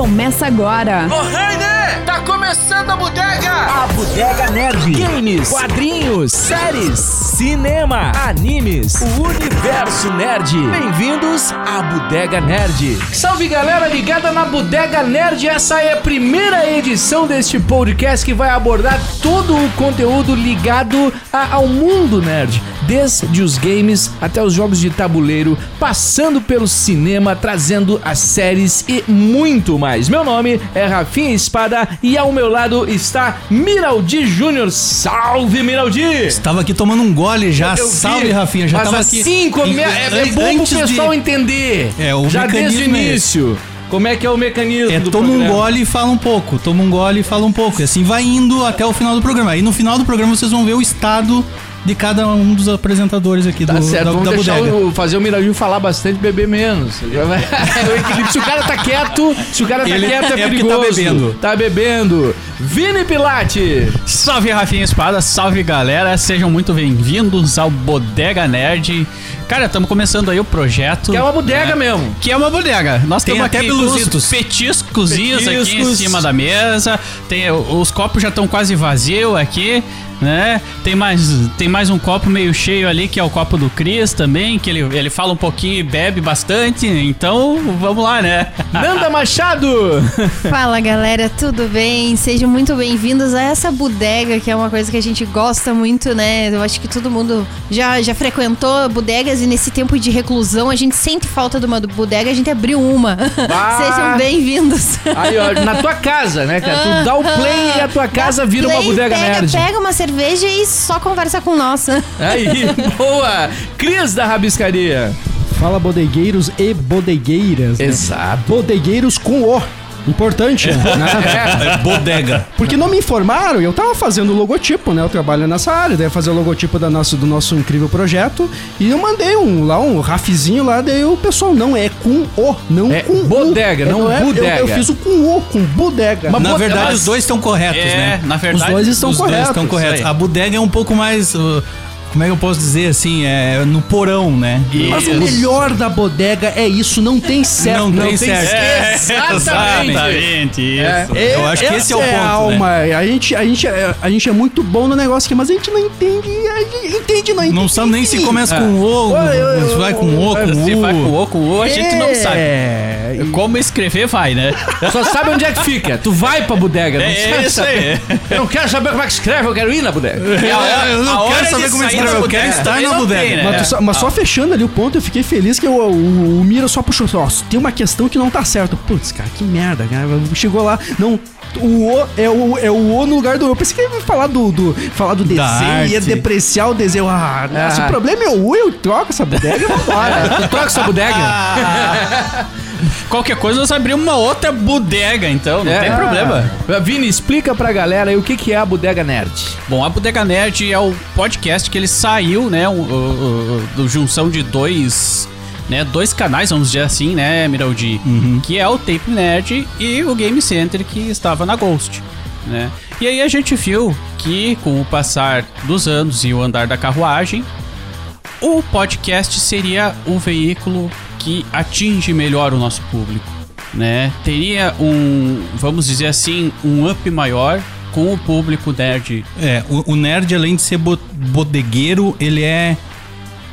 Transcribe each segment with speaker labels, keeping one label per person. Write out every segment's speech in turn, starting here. Speaker 1: começa agora.
Speaker 2: Ô, Rainer, tá começando a bodega!
Speaker 3: A Bodega Nerd. Games, quadrinhos, séries, cinema, animes, o universo nerd. Bem-vindos à Bodega Nerd.
Speaker 4: Salve galera ligada na Bodega Nerd, essa é a primeira edição deste podcast que vai abordar todo o conteúdo ligado a- ao mundo nerd. Desde os games até os jogos de tabuleiro, passando pelo cinema, trazendo as séries e muito mais. Meu nome é Rafinha Espada e ao meu lado está Miraldi Júnior. Salve, Miraldi!
Speaker 5: Tava aqui tomando um gole já.
Speaker 4: Eu vi,
Speaker 5: Salve, Rafinha. Já
Speaker 4: mas
Speaker 5: tava aqui.
Speaker 4: assim, como é, é- é
Speaker 5: An-
Speaker 4: bom pro
Speaker 5: antes de-
Speaker 4: pessoal entender.
Speaker 5: É, o
Speaker 4: Já desde o
Speaker 5: mecanismo é
Speaker 4: início. Como é que é o mecanismo
Speaker 5: É,
Speaker 4: do
Speaker 5: toma um
Speaker 4: programa?
Speaker 5: gole e fala um pouco. Toma um gole e fala um pouco. E assim vai indo até o final do programa. E no final do programa vocês vão ver o estado de cada um dos apresentadores aqui
Speaker 4: Tá
Speaker 5: do,
Speaker 4: certo,
Speaker 5: da,
Speaker 4: vamos
Speaker 5: da
Speaker 4: deixar
Speaker 5: bodega.
Speaker 4: o, fazer o Miradinho falar bastante e beber menos. Já vai- o equilíbrio. se o cara tá quieto, se o cara tá
Speaker 5: Ele-
Speaker 4: quieto é,
Speaker 5: é porque
Speaker 4: perigoso.
Speaker 5: tá bebendo.
Speaker 4: Tá bebendo. Vini Pilate.
Speaker 6: Salve Rafinha Espada, salve galera, sejam muito bem-vindos ao Bodega Nerd. Cara, estamos começando aí o projeto.
Speaker 4: Que é uma
Speaker 5: Ah.
Speaker 4: bodega mesmo.
Speaker 6: Que é uma bodega. Nós
Speaker 5: Tem
Speaker 6: temos
Speaker 5: até
Speaker 6: aqui com
Speaker 5: beluzitos.
Speaker 6: os petiscozinhos aqui em
Speaker 5: Petiscos.
Speaker 6: cima da mesa. Tem os copos já estão quase vazios aqui, né? Tem mais tem mais um copo meio cheio ali que é o copo do Cris também, que ele, ele fala um pouquinho e bebe bastante. Então, vamos lá, né?
Speaker 4: Nanda Machado.
Speaker 7: Fala galera, tudo bem? Sejam muito bem-vindos a essa bodega, que é uma coisa que a gente gosta muito, né? Eu acho que todo mundo já, já frequentou bodegas e nesse tempo de reclusão a gente sente falta de uma bodega, a gente abriu uma.
Speaker 4: Bah!
Speaker 7: Sejam bem-vindos.
Speaker 4: Aí, ó, na tua casa, né, cara? Tu dá o play e a tua casa vira uma
Speaker 7: Play,
Speaker 4: bodega
Speaker 7: pega,
Speaker 4: nerd.
Speaker 7: Pega uma cerveja e só conversa com nós.
Speaker 4: Aí, boa. Cris da Rabiscaria.
Speaker 8: Fala bodegueiros e bodegueiras. né?
Speaker 4: Exato.
Speaker 8: Bodegueiros com O. Importante, né?
Speaker 5: É bodega.
Speaker 8: Porque não me informaram, eu tava fazendo o logotipo, né? Eu trabalho nessa área, daí fazer o logotipo da nossa, do nosso incrível projeto. E eu mandei um lá, um rafizinho lá, daí o pessoal, não, é com O, não
Speaker 4: É
Speaker 8: com U.
Speaker 4: bodega,
Speaker 8: É,
Speaker 4: não
Speaker 8: é- eu-
Speaker 4: bodega.
Speaker 8: Eu, fiz o com O, com bodega.
Speaker 4: Mas-
Speaker 5: Na
Speaker 4: Bo-
Speaker 5: verdade,
Speaker 4: mas-
Speaker 5: os dois estão corretos,
Speaker 6: É,
Speaker 5: né?
Speaker 6: na
Speaker 8: Os
Speaker 6: verdade,
Speaker 8: dois estão
Speaker 5: os
Speaker 8: corretos.
Speaker 5: dois estão corretos.
Speaker 4: isso aí.
Speaker 5: A bodega é um pouco mais. uh, como é que eu posso dizer assim? É no porão, né?
Speaker 8: Mas o melhor da bodega é isso, não tem certo.
Speaker 5: Não tem certo.
Speaker 6: É,
Speaker 4: Exatamente.
Speaker 6: exatamente, isso.
Speaker 8: É,
Speaker 5: Eu acho que esse é o
Speaker 8: essa a
Speaker 5: ponto, né?
Speaker 8: alma. A, gente, a, gente, é- a gente é muito bom no negócio aqui, mas a gente não entende. A gente entende, não entende.
Speaker 5: Não sabe nem se começa com o,
Speaker 8: Olha, eu-
Speaker 5: se vai com o, com
Speaker 6: Se É. vai com
Speaker 5: o.
Speaker 6: o, com o, a gente não sabe.
Speaker 8: É.
Speaker 6: Como escrever vai, né?
Speaker 4: Só sabe onde é que fica. Tu vai pra bodega. não
Speaker 6: É
Speaker 4: sabe
Speaker 6: isso
Speaker 4: saber. Eu não quero saber como é que escreve, eu quero ir na bodega.
Speaker 6: É, a-
Speaker 5: Eu
Speaker 6: a
Speaker 5: não
Speaker 6: hora
Speaker 5: quero
Speaker 6: de
Speaker 5: saber como
Speaker 6: sair da
Speaker 5: escrever, eu quero
Speaker 6: bodega
Speaker 5: estar
Speaker 6: também
Speaker 5: na
Speaker 6: não tem,
Speaker 5: bodega.
Speaker 6: né?
Speaker 8: Mas, tu só- mas só fechando ali o ponto, eu fiquei feliz que o, o- o Mira só puxou. Ó, tem uma questão que não tá certo. Putz, cara, que merda, cara. Chegou lá, não. O O é o, é o O no lugar do O. Eu pensei que ele ia falar do, do, falar do desenho,
Speaker 5: Da
Speaker 8: ia
Speaker 5: arte.
Speaker 8: depreciar o desenho. Ah, se
Speaker 4: Ah.
Speaker 8: o problema é o U, eu troco essa bodega e vambora.
Speaker 4: Tu troca essa bodega?
Speaker 6: Qualquer coisa, nós abrimos uma outra bodega, então, não
Speaker 4: É.
Speaker 6: tem problema.
Speaker 4: Vini, explica pra galera aí o que, que é a Bodega Nerd.
Speaker 6: Bom, a Bodega Nerd é o podcast que ele saiu, né, o- o- o- do junção de dois, né, dois canais, vamos dizer assim, né, Miraldi, que é o Tape Nerd e o Game Center que estava na Ghost, né? E aí a gente viu que com o passar dos anos e o andar da carruagem, o podcast seria o veículo que atinge melhor o nosso público, né? Teria um, vamos dizer assim, um up maior com o público nerd.
Speaker 5: É, o, o nerd, além de ser bo- bodegueiro, ele é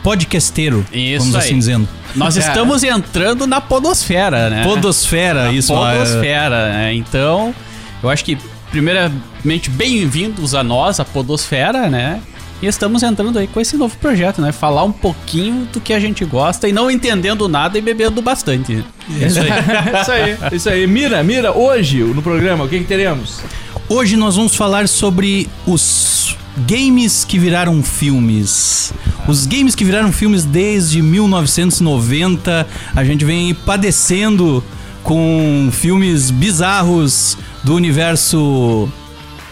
Speaker 5: podcasteiro.
Speaker 6: Isso
Speaker 5: vamos
Speaker 6: aí.
Speaker 5: assim dizendo.
Speaker 6: Nós
Speaker 4: É.
Speaker 6: estamos entrando na podosfera, né?
Speaker 5: Podosfera,
Speaker 6: Na
Speaker 5: isso. é.
Speaker 6: podosfera, né? Então, eu acho que primeiramente bem-vindos a nós, a podosfera, né? E estamos entrando aí com esse novo projeto, né? Falar um pouquinho do que a gente gosta e não entendendo nada e bebendo bastante.
Speaker 5: Isso aí.
Speaker 4: isso aí, isso aí. Mira, mira, hoje no programa, o que, que teremos?
Speaker 5: Hoje nós vamos falar sobre os games que viraram filmes. Os games que viraram filmes desde 1990. A gente vem padecendo com filmes bizarros do universo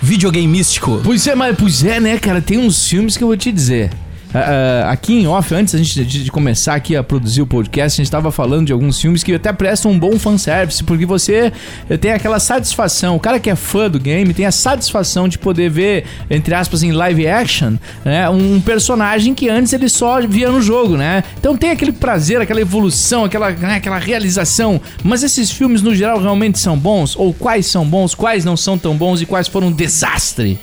Speaker 5: videogameístico.
Speaker 4: Pois é, mas pois é, né, cara? Tem uns filmes que eu vou te dizer. ah, ah, aqui em off, antes a gente de, de começar aqui a produzir o podcast, a gente tava falando de alguns filmes que até prestam um bom fanservice, porque você eh, tem aquela satisfação, o cara que é fã do game tem a satisfação de poder ver, entre aspas, em live action, né, um personagem que antes ele só via no jogo, né? Então tem aquele prazer, aquela evolução, aquela, né, aquela realização. Mas esses filmes, no geral, realmente são bons? Ou quais são bons, quais não são tão bons e quais foram um desastre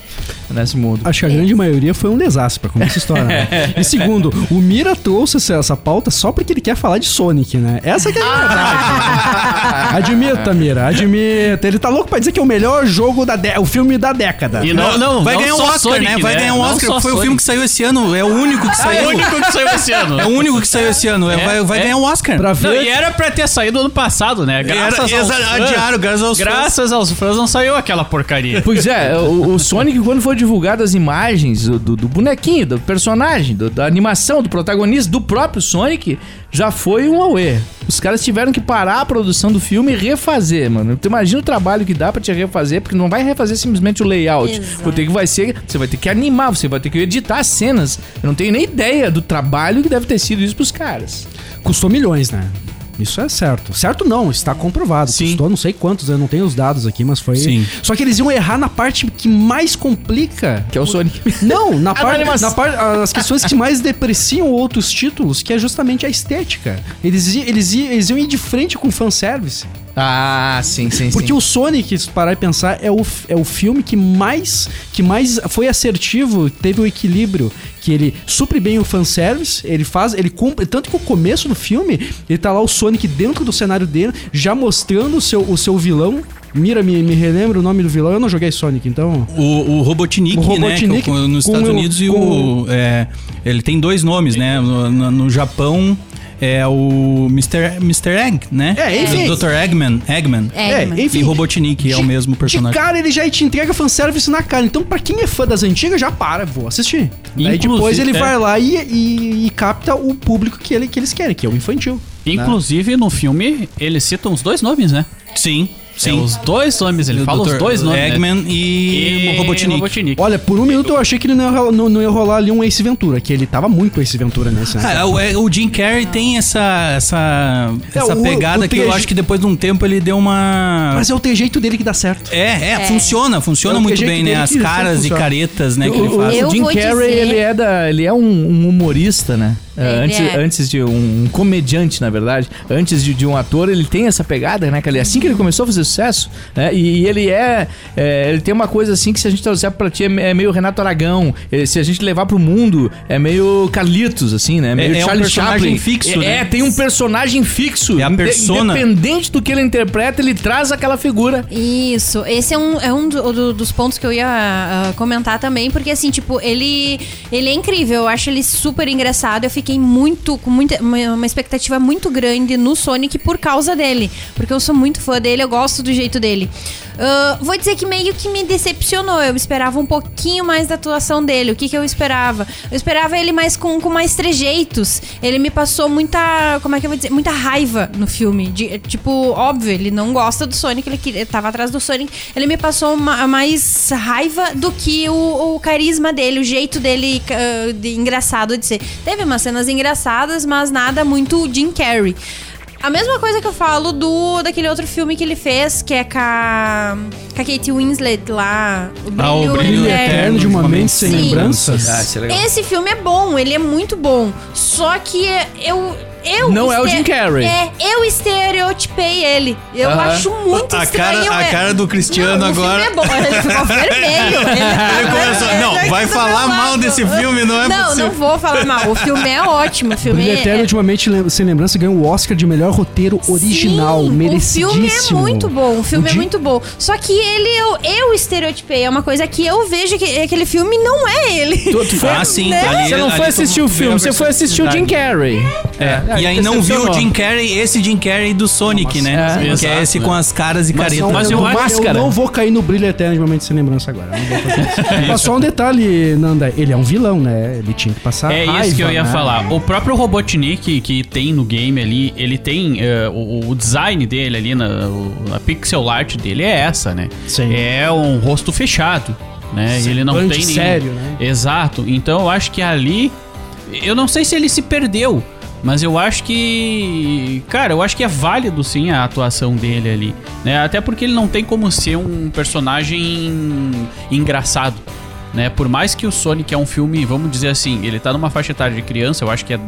Speaker 4: nesse mundo?
Speaker 8: Acho que a
Speaker 5: É.
Speaker 8: grande maioria foi um desastre pra começar essa história. Né? E segundo, o Mira trouxe essa, essa pauta só porque ele quer falar de Sonic, né? Essa que é a verdade. Admita, Mira, admita. Ele tá louco pra dizer que é o melhor jogo da década, o filme da década.
Speaker 6: E não, não,
Speaker 5: Vai
Speaker 6: não
Speaker 5: ganhar um
Speaker 6: só
Speaker 5: Oscar,
Speaker 6: Sonic,
Speaker 5: né? Vai ganhar um
Speaker 6: Não
Speaker 5: Oscar.
Speaker 6: só
Speaker 5: Foi o filme
Speaker 6: Sonic.
Speaker 5: que saiu esse ano. É o único que
Speaker 6: É o
Speaker 5: saiu.
Speaker 6: único que saiu um esse ano.
Speaker 5: É o único que saiu esse ano. É,
Speaker 6: É,
Speaker 5: vai vai
Speaker 6: é.
Speaker 5: ganhar um Oscar.
Speaker 8: Pra
Speaker 6: Não,
Speaker 8: ver.
Speaker 6: e era pra ter saído ano passado, né? Graças
Speaker 5: Era-
Speaker 6: aos
Speaker 5: exa-
Speaker 6: fãs.
Speaker 5: adiaram, graças aos fãs.
Speaker 6: Graças aos fãs não saiu aquela porcaria.
Speaker 4: Pois é, o, o Sonic, quando foi divulgado as imagens do, do- do bonequinho, do personagem, do- da animação, do protagonista, do próprio Sonic, já foi um auê. Os caras tiveram que parar a produção do filme e refazer, mano. Tu imagina o trabalho que dá pra te refazer, porque não vai refazer simplesmente o layout.
Speaker 1: Exato.
Speaker 4: Vou ter que vai ser, você vai ter que animar, você vai ter que editar as cenas. Eu não tenho nem ideia do trabalho que deve ter sido isso pros caras.
Speaker 8: Custou milhões, né? Isso é certo. Certo não, está comprovado.
Speaker 5: Sim.
Speaker 8: Custou não sei quantos, eu não tenho os dados aqui, mas foi.
Speaker 5: Sim.
Speaker 8: Só que eles iam errar na parte que mais complica.
Speaker 4: Que é o Sonic.
Speaker 8: Não, na parte,
Speaker 4: animação.
Speaker 8: na parte. As questões que mais depreciam outros títulos, que é justamente a estética. Eles, i- eles, i- eles iam ir de frente com o fanservice.
Speaker 4: Ah, sim, sim,
Speaker 8: Porque
Speaker 4: sim.
Speaker 8: o Sonic, se parar e pensar, é o, f- é o filme que mais, que mais foi assertivo, teve o equilíbrio. Que ele supre bem o fanservice, ele faz, ele cumpre. Tanto que o começo do filme, ele tá lá o Sonic dentro do cenário dele, já mostrando o seu, o seu vilão. Mira, me, me relembra o nome do vilão. Eu não joguei Sonic, então.
Speaker 5: O, o Robotnik,
Speaker 8: O
Speaker 5: né?
Speaker 8: Robotnik
Speaker 5: que eu- nos
Speaker 8: com
Speaker 5: Estados
Speaker 8: o-
Speaker 5: Unidos e
Speaker 8: com
Speaker 5: o. é, ele tem dois nomes, né? No, no- no Japão é o Mr. Mr. Egg, né?
Speaker 8: É, enfim.
Speaker 5: Do Dr. Eggman. Eggman.
Speaker 1: É, mano.
Speaker 5: E Robotnik é o
Speaker 8: de-
Speaker 5: mesmo
Speaker 8: De
Speaker 5: personagem.
Speaker 8: cara, ele já te entrega fanservice na cara. Então, pra quem é fã das antigas, já para, vou assistir. Daí
Speaker 6: Inclusive,
Speaker 8: depois ele
Speaker 6: é.
Speaker 8: vai lá e, e- e capta o público que, ele, que eles querem, que é o infantil.
Speaker 6: Inclusive, no filme, eles citam os dois nomes, né?
Speaker 5: Sim,
Speaker 6: É,
Speaker 5: sim.
Speaker 6: os dois nomes, ele
Speaker 5: Do
Speaker 6: fala os
Speaker 5: Dr.
Speaker 6: dois nomes. né?
Speaker 5: Eggman e,
Speaker 8: um
Speaker 5: o Robotnik.
Speaker 8: Olha, por um minuto eu achei que ele não ia, rolar- não- não ia rolar ali um Ace Ventura, que ele tava muito Ace Ventura nesse, né?
Speaker 5: Ah, o, é, o Jim Carrey tem essa essa,
Speaker 8: É,
Speaker 5: essa
Speaker 8: o-
Speaker 5: pegada
Speaker 8: o
Speaker 5: que eu
Speaker 8: treje-
Speaker 5: acho que depois de um tempo ele deu uma
Speaker 8: Mas é o ter jeito dele que dá certo.
Speaker 5: É, é, funciona, funciona
Speaker 8: É o
Speaker 5: muito
Speaker 8: jeito
Speaker 5: bem, né?
Speaker 8: dele
Speaker 5: As
Speaker 8: que sempre
Speaker 5: caras e
Speaker 8: funciona.
Speaker 5: caretas, né, que ele
Speaker 4: O-
Speaker 5: faz.
Speaker 4: O,
Speaker 1: Eu
Speaker 4: Jim
Speaker 1: vou
Speaker 4: Carrey,
Speaker 1: dizer-
Speaker 4: ele é, da, ele é um, um humorista, né? É,
Speaker 1: Ele
Speaker 4: antes,
Speaker 1: é.
Speaker 4: antes de um, um comediante, na verdade. Antes de, de um ator, ele tem essa pegada, né? Que ele- assim que ele começou a fazer sucesso, né? E, e ele é, é, Ele tem uma coisa assim que se a gente trouxer pra ti é, é meio Renato Aragão. É, se a gente levar pro mundo, é meio Carlitos, assim, né? Meio
Speaker 5: é um personagem fixo,
Speaker 4: é,
Speaker 5: né?
Speaker 4: é, tem um personagem fixo.
Speaker 5: É a
Speaker 4: Inde-
Speaker 5: persona.
Speaker 4: Independente do que ele interpreta, ele traz aquela figura.
Speaker 1: Isso, esse é um, é um do- do- dos pontos que eu ia ah, comentar também, porque assim, tipo, ele, ele é incrível, eu acho ele super engraçado, eu fiquei muito, com muita, uma uma expectativa muito grande no Sonic por causa dele, porque eu sou muito fã dele, eu gosto do jeito dele. Ah, vou dizer que meio que me decepcionou, eu esperava um pouquinho mais da atuação dele, o que que eu esperava? Eu esperava ele mais com, com mais trejeitos, ele me passou muita, como é que eu vou dizer, muita raiva no filme, de- tipo, óbvio, ele não gosta do Sonic, ele, queria- tava atrás do Sonic, ele me passou ma- mais raiva do que o, o carisma dele, o jeito dele ah, de engraçado de ser. Teve umas cenas engraçadas, mas nada muito Jim Carrey. A mesma coisa que eu falo do daquele outro filme que ele fez, que é com a, com a Kate Winslet lá, o Brilho,
Speaker 5: Ah, o Brilho
Speaker 8: Eterno de uma mente sem
Speaker 1: Sim.
Speaker 8: lembranças.
Speaker 6: Ah,
Speaker 5: Ah,
Speaker 1: esse filme é bom, ele é muito bom. Só que é, eu. eu
Speaker 4: Não é o Jim Carrey.
Speaker 1: É, eu estereotipei ele. Eu
Speaker 4: Aham.
Speaker 1: acho muito
Speaker 5: A cara-
Speaker 1: estranho.
Speaker 5: a
Speaker 1: é-
Speaker 5: cara do Cristiano
Speaker 1: Não, o filme
Speaker 5: agora.
Speaker 1: é bom, ele ficou vermelho. Ele,
Speaker 5: Ele
Speaker 1: ficou
Speaker 5: começou-
Speaker 1: vermelho
Speaker 5: não,
Speaker 1: aqui
Speaker 5: vai
Speaker 1: do
Speaker 5: falar
Speaker 1: meu
Speaker 5: mal
Speaker 1: lado.
Speaker 5: desse filme, não é
Speaker 1: é, Não,
Speaker 5: possível.
Speaker 1: não vou falar mal. O filme é ótimo. O filme
Speaker 8: Brilho
Speaker 1: é,
Speaker 8: Eterno de uma mente lem- sem lembrança ganhou o Oscar de melhor roteiro original,
Speaker 1: Sim,
Speaker 8: merecidíssimo.
Speaker 1: O filme é muito bom, o filme
Speaker 8: O
Speaker 1: é
Speaker 8: Jim-
Speaker 1: muito bom. Só que ele, eu, eu estereotipei, é uma coisa que eu vejo que aquele filme não é ele.
Speaker 5: Ah, sim,
Speaker 1: Né?
Speaker 5: ali-
Speaker 4: Você não
Speaker 5: ali
Speaker 4: foi
Speaker 5: tu
Speaker 4: assistir o
Speaker 5: vê a
Speaker 4: filme, você foi assistir o Jim
Speaker 5: versatilidade.
Speaker 4: Carrey.
Speaker 8: Ah,
Speaker 5: É, e aí não viu o Jim Carrey, esse Jim Carrey do Sonic, né?
Speaker 6: É.
Speaker 5: que é
Speaker 6: Exato,
Speaker 5: esse
Speaker 6: né?
Speaker 5: com as caras e
Speaker 8: Mas,
Speaker 5: caretas.
Speaker 8: não, é
Speaker 6: Mas
Speaker 8: eu,
Speaker 6: eu
Speaker 8: não-
Speaker 6: acho-
Speaker 8: eu
Speaker 4: Máscara.
Speaker 8: não vou cair no brilho eterno de uma mente sem lembrança agora. eu não vou fazer isso. Mas só um detalhe, Nanda. Ele é um vilão, né? Ele tinha que passar
Speaker 6: É isso
Speaker 8: raiva,
Speaker 6: que eu ia
Speaker 8: né?
Speaker 6: falar. O próprio Robotnik que tem no game ali, ele tem eh, o, o design dele ali, na, o- a pixel art dele é essa, né?
Speaker 8: Sim.
Speaker 6: É um rosto fechado, né? ele não
Speaker 8: Semblante
Speaker 6: tem nenhum...
Speaker 8: sério, né?
Speaker 6: Exato. Então eu acho que ali Eu não sei se ele se perdeu, mas eu acho que. Cara, eu acho que é válido sim a atuação dele ali. Né? Até porque ele não tem como ser um personagem engraçado. Né? Por mais que o Sonic é um filme, vamos dizer assim, ele tá numa faixa etária de criança, eu acho que é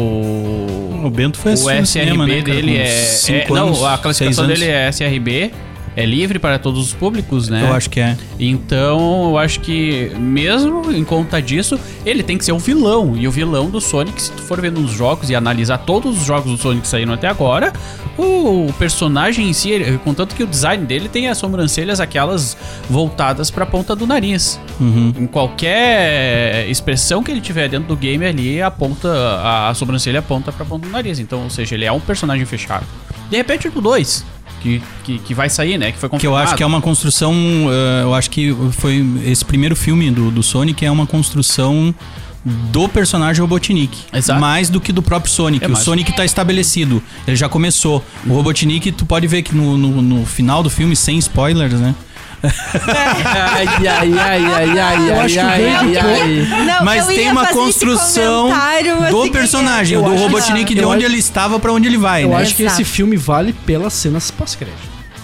Speaker 6: o.
Speaker 5: O Bento foi
Speaker 6: O
Speaker 5: assistir no
Speaker 6: SRB
Speaker 5: cinema, né, cara,
Speaker 6: dele
Speaker 5: com
Speaker 6: é. é
Speaker 5: cinco anos,
Speaker 6: não, a classificação
Speaker 5: seis anos.
Speaker 6: dele é SRB. É livre para todos os públicos, né?
Speaker 5: Eu acho que é.
Speaker 6: Então, eu acho que, mesmo em conta disso, ele tem que ser o vilão. E o vilão do Sonic, se tu for ver nos jogos e analisar todos os jogos do Sonic que saíram até agora, o personagem em si, ele- contanto que o design dele tem as sobrancelhas aquelas voltadas pra ponta do nariz.
Speaker 5: Uhum.
Speaker 6: Em qualquer expressão que ele tiver dentro do game ali, aponta, a, a sobrancelha aponta pra ponta do nariz. Então, ou seja, ele é um personagem fechado. De repente, o 2, que, que, que vai sair, né? Que foi
Speaker 5: Que eu acho que é uma construção. eh, eu acho que foi. Esse primeiro filme do, do Sonic é uma construção do personagem Robotnik.
Speaker 6: Exato.
Speaker 5: Mais do que do próprio Sonic.
Speaker 6: É
Speaker 5: o
Speaker 6: mais.
Speaker 5: Sonic tá estabelecido. Ele já começou. O Robotnik, tu pode ver que no, no, no final do filme, sem spoilers, né?
Speaker 4: Ai, ai, ai, ai, ai,
Speaker 8: acho que veio
Speaker 4: ai, ai.
Speaker 7: Não,
Speaker 5: Mas
Speaker 7: eu ia
Speaker 5: tem uma
Speaker 7: fazer esse
Speaker 5: construção
Speaker 7: comentário, mas
Speaker 5: do
Speaker 7: fiquei-
Speaker 5: personagem,
Speaker 7: Eu
Speaker 5: do
Speaker 7: acho que- tá.
Speaker 5: Robotnik, de
Speaker 8: eu
Speaker 5: onde
Speaker 8: acho-
Speaker 5: ele estava pra onde ele vai,
Speaker 8: Eu
Speaker 5: né?
Speaker 8: acho que
Speaker 7: Exato.
Speaker 8: esse filme vale pelas cenas pós-crédito.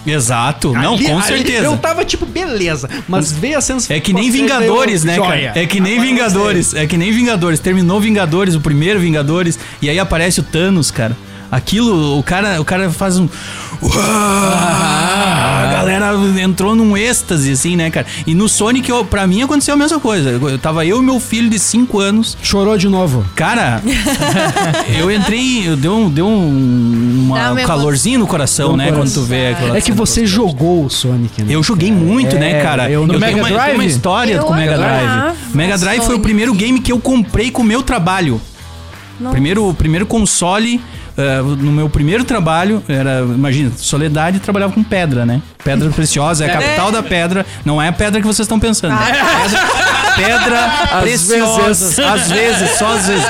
Speaker 5: Exato. Não,
Speaker 8: Ali-
Speaker 5: com
Speaker 8: ali
Speaker 5: certeza.
Speaker 8: Eu tava tipo, beleza, mas veio as cenas
Speaker 5: É que nem
Speaker 8: pós-crédito,
Speaker 5: Vingadores,
Speaker 8: eu-
Speaker 5: né,
Speaker 8: Joia.
Speaker 5: cara? É que nem
Speaker 8: Agora eu gostei.
Speaker 5: Vingadores. É que nem Vingadores. Terminou Vingadores, o primeiro Vingadores, e aí aparece o Thanos, cara. Aquilo, o cara, o cara faz um. Uau! A galera entrou num êxtase, assim, né, cara? E no Sonic, eu, pra mim, aconteceu a mesma coisa. Eu, eu tava eu e meu filho de 5 anos.
Speaker 8: Chorou de novo.
Speaker 5: Cara, eu entrei, eu deu um, deu um uma-
Speaker 7: Dá uma
Speaker 5: um calorzinho no coração,
Speaker 8: Deu um
Speaker 5: né? Quando tu
Speaker 8: coração.
Speaker 5: vê aquela
Speaker 8: É que você jogou o Sonic, né?
Speaker 5: eu joguei muito, né,
Speaker 8: É,
Speaker 5: cara?
Speaker 8: eu no
Speaker 5: tenho
Speaker 8: Mega
Speaker 5: uma,
Speaker 8: Drive?
Speaker 5: tenho uma história
Speaker 7: Eu
Speaker 5: com o Mega
Speaker 7: adorava
Speaker 5: Drive. Mega Drive foi o
Speaker 7: Sonic.
Speaker 5: primeiro game que eu comprei com o meu trabalho.
Speaker 7: Nossa.
Speaker 5: Primeiro, primeiro console, eh, no meu primeiro trabalho, era, imagina, Soledade trabalhava com pedra, né? Pedra preciosa, é a capital da pedra, não é a pedra que vocês estão pensando. né? Pedra, pedra preciosa, às vezes, só às vezes.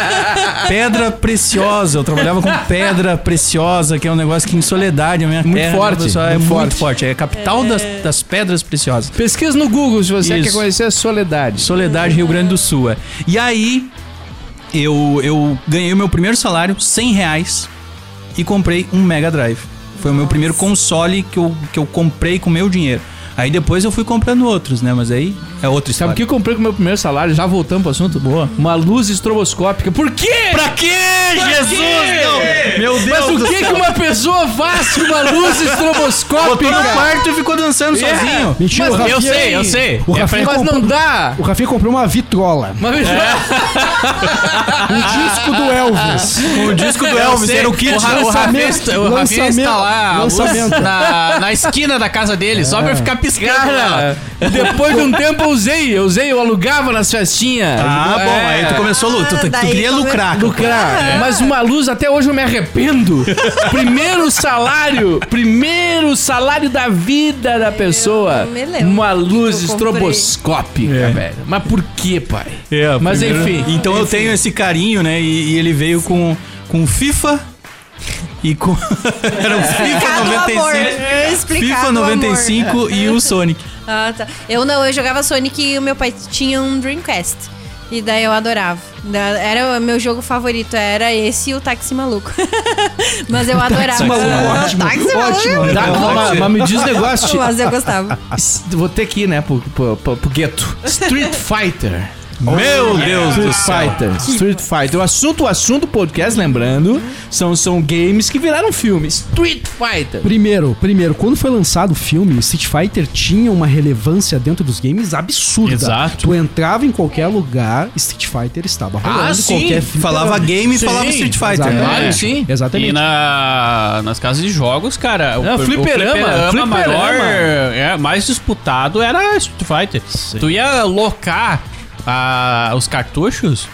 Speaker 5: Pedra preciosa, eu trabalhava com pedra preciosa, que é um negócio que em Soledade, a minha
Speaker 4: Muito
Speaker 5: terra,
Speaker 4: forte,
Speaker 5: pessoal, é
Speaker 4: muito forte.
Speaker 5: muito forte. é a capital das- das pedras preciosas.
Speaker 4: Pesquisa no Google se você
Speaker 5: Isso.
Speaker 4: quer conhecer a Soledade.
Speaker 5: Soledade, Rio Grande do Sul. é. E aí, eu, eu ganhei o meu primeiro salário, R$ 100 reais, e comprei um Mega Drive. Foi o meu primeiro console que eu, que eu comprei com meu dinheiro. Aí depois eu fui comprando outros, né? Mas aí é
Speaker 4: Sabe
Speaker 5: outra história.
Speaker 4: o que eu comprei com o meu primeiro salário? Já voltamos pro assunto. Boa. Uma luz estroboscópica. Por quê?
Speaker 5: Pra quê, Jesus? Não. Meu Deus
Speaker 4: Mas o
Speaker 5: do
Speaker 4: que, que
Speaker 5: céu.
Speaker 4: uma pessoa faz com uma luz
Speaker 5: Botou no
Speaker 4: estroboscópica?
Speaker 5: quarto e ficou dançando
Speaker 4: Yeah.
Speaker 5: sozinho.
Speaker 8: Mentira, o
Speaker 4: Mas
Speaker 8: Rafinha,
Speaker 6: Eu sei, É, eu sei.
Speaker 8: O Rafinha
Speaker 4: Mas
Speaker 8: comprou,
Speaker 4: não dá.
Speaker 8: o Rafinha comprou uma vitrola.
Speaker 4: Uma vez
Speaker 8: Um disco do Elvis.
Speaker 5: O disco do Elvis
Speaker 6: É, sei.
Speaker 5: era É, o kit.
Speaker 6: O Rafa- o Rafa está- o Rafa
Speaker 8: lançamento,
Speaker 6: está lá a luz
Speaker 8: lançamento. É.
Speaker 6: na, na esquina da casa dele, só pra ficar piscando. né?
Speaker 5: É.
Speaker 4: Cara,
Speaker 6: nela.
Speaker 4: depois de um tempo eu usei, eu usei, eu alugava nas festinhas.
Speaker 5: Ah,
Speaker 4: É,
Speaker 5: bom, aí tu começou a lu- tu, tu, tu
Speaker 7: Daí
Speaker 5: queria
Speaker 7: come-
Speaker 5: lucrar.
Speaker 4: Lucrar. Mas uma luz, até hoje eu me arrependo. Primeiro salário, primeiro salário da vida da pessoa.
Speaker 7: não me lembro
Speaker 4: Uma luz
Speaker 7: que eu comprei.
Speaker 4: estroboscópica, velho. Mas por que, pai?
Speaker 5: É,
Speaker 4: Mas enfim.
Speaker 5: Então eu tenho esse carinho, né? E, e ele veio com, com FIFA e com. Era o FIFA
Speaker 7: Explicado o amor.
Speaker 5: 95.
Speaker 7: Explicado
Speaker 5: FIFA
Speaker 7: o amor.
Speaker 5: 95 e o Sonic.
Speaker 7: Ah, tá. Eu não, eu jogava Sonic e o meu pai tinha um Dreamcast. E daí eu adorava. Da- Era o meu jogo favorito, era esse e o Táxi Maluco. Mas eu adorava.
Speaker 1: é
Speaker 8: Maluco,
Speaker 7: Táxi
Speaker 8: ótimo,
Speaker 7: Maluco.
Speaker 8: ótimo.
Speaker 4: Tá,
Speaker 5: Não,
Speaker 4: mas,
Speaker 5: pode
Speaker 4: mas me diz um negócio. Ti.
Speaker 7: Mas eu gostava.
Speaker 4: S- Vou ter que ir, né, pro, pro, pro, pro gueto. Street Fighter.
Speaker 5: Meu Deus do
Speaker 4: Street
Speaker 5: céu.
Speaker 4: Fighter. Street Fighter. O assunto, o assunto podcast, lembrando, são, são games que viraram filmes. Street Fighter.
Speaker 8: Primeiro, primeiro, quando foi lançado o filme, Street Fighter tinha uma relevância dentro dos games absurda.
Speaker 6: Exato.
Speaker 8: Tu entrava em qualquer lugar, Street Fighter estava rolando.
Speaker 4: Ah, sim.
Speaker 8: Qualquer filme
Speaker 5: Falava game e
Speaker 4: Sim,
Speaker 5: falava Street Fighter.
Speaker 8: exatamente.
Speaker 5: né?
Speaker 4: Claro, sim.
Speaker 8: Exatamente.
Speaker 6: E na, nas casas de jogos, cara,
Speaker 4: Ah,
Speaker 6: o,
Speaker 4: fliperama,
Speaker 6: o fliperama,
Speaker 4: fliperama.
Speaker 6: maior, é, mais disputado era Street Fighter. Tu ia locar ah, os cartuchos,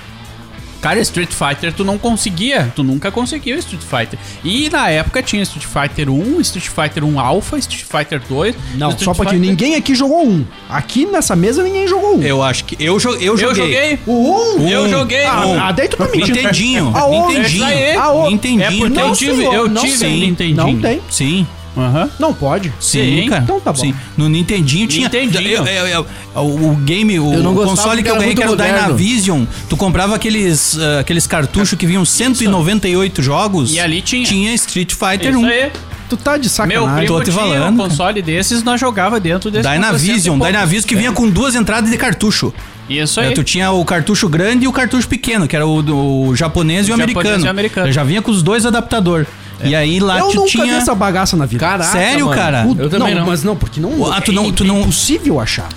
Speaker 6: cara, Street Fighter tu não conseguia, tu nunca conseguia Street Fighter. E na época tinha Street Fighter 1, Street Fighter 1 Alpha, Street Fighter 2.
Speaker 8: Não,
Speaker 6: Street
Speaker 8: só pra que
Speaker 6: Fighter-
Speaker 8: ninguém aqui jogou um. Aqui nessa mesa ninguém jogou um.
Speaker 5: Eu acho que. Eu, jo- eu
Speaker 6: Eu
Speaker 5: joguei.
Speaker 6: joguei.
Speaker 8: O um?
Speaker 6: Eu
Speaker 5: Um.
Speaker 6: joguei.
Speaker 5: Um.
Speaker 8: Ah, daí tu tá mentindo.
Speaker 5: Nintendinho.
Speaker 8: Aonde?
Speaker 5: Nintendinho.
Speaker 6: É isso aí.
Speaker 8: Aonde?
Speaker 5: Nintendinho.
Speaker 6: É porque
Speaker 8: Não,
Speaker 6: eu tive,
Speaker 8: senhor,
Speaker 6: eu
Speaker 8: não
Speaker 6: tive
Speaker 8: sei.
Speaker 6: Nintendinho.
Speaker 8: Não tem.
Speaker 5: Sim.
Speaker 6: Aham.
Speaker 8: Não pode.
Speaker 5: Sim,
Speaker 6: Sim.
Speaker 5: cara.
Speaker 8: Então tá bom.
Speaker 5: Sim. No Nintendinho tinha. É,
Speaker 6: Nintendinho.
Speaker 5: Eu- eu- eu- o, o game, o,
Speaker 4: Eu não
Speaker 5: o
Speaker 4: gostava
Speaker 5: console
Speaker 4: porque
Speaker 5: que eu
Speaker 4: era
Speaker 5: ganhei,
Speaker 4: muito
Speaker 5: que era o
Speaker 4: moderno.
Speaker 5: Dynavision, tu comprava aqueles, ah, aqueles cartuchos que vinham 198 jogos.
Speaker 6: E ali tinha.
Speaker 5: Tinha Street Fighter
Speaker 6: Isso
Speaker 5: 1.
Speaker 6: aí.
Speaker 8: Tu tá de
Speaker 6: Meu
Speaker 8: sacanagem.
Speaker 5: tô
Speaker 6: primo
Speaker 5: te
Speaker 6: tinha
Speaker 5: falando,
Speaker 6: um console desses, nós jogava dentro desse.
Speaker 5: Dynavision,
Speaker 6: 400 e
Speaker 5: Dynavision que vinha com duas entradas de cartucho.
Speaker 6: pouco. um Isso aí.
Speaker 5: É, tu tinha o cartucho grande e o cartucho pequeno, que era o, do- o japonês e o,
Speaker 6: O japonês
Speaker 5: americano.
Speaker 6: e o americano. É.
Speaker 5: Eu já vinha com os dois adaptador. E aí lá
Speaker 8: Eu
Speaker 5: tu
Speaker 8: nunca vi
Speaker 5: tinha.
Speaker 8: essa bagaça na vida.
Speaker 4: Caraca,
Speaker 5: Sério,
Speaker 4: mano.
Speaker 5: cara?
Speaker 8: O-
Speaker 4: Eu também não.
Speaker 8: Mas não, porque não.
Speaker 5: Ah, tu não- tu não-
Speaker 8: É impossível achar.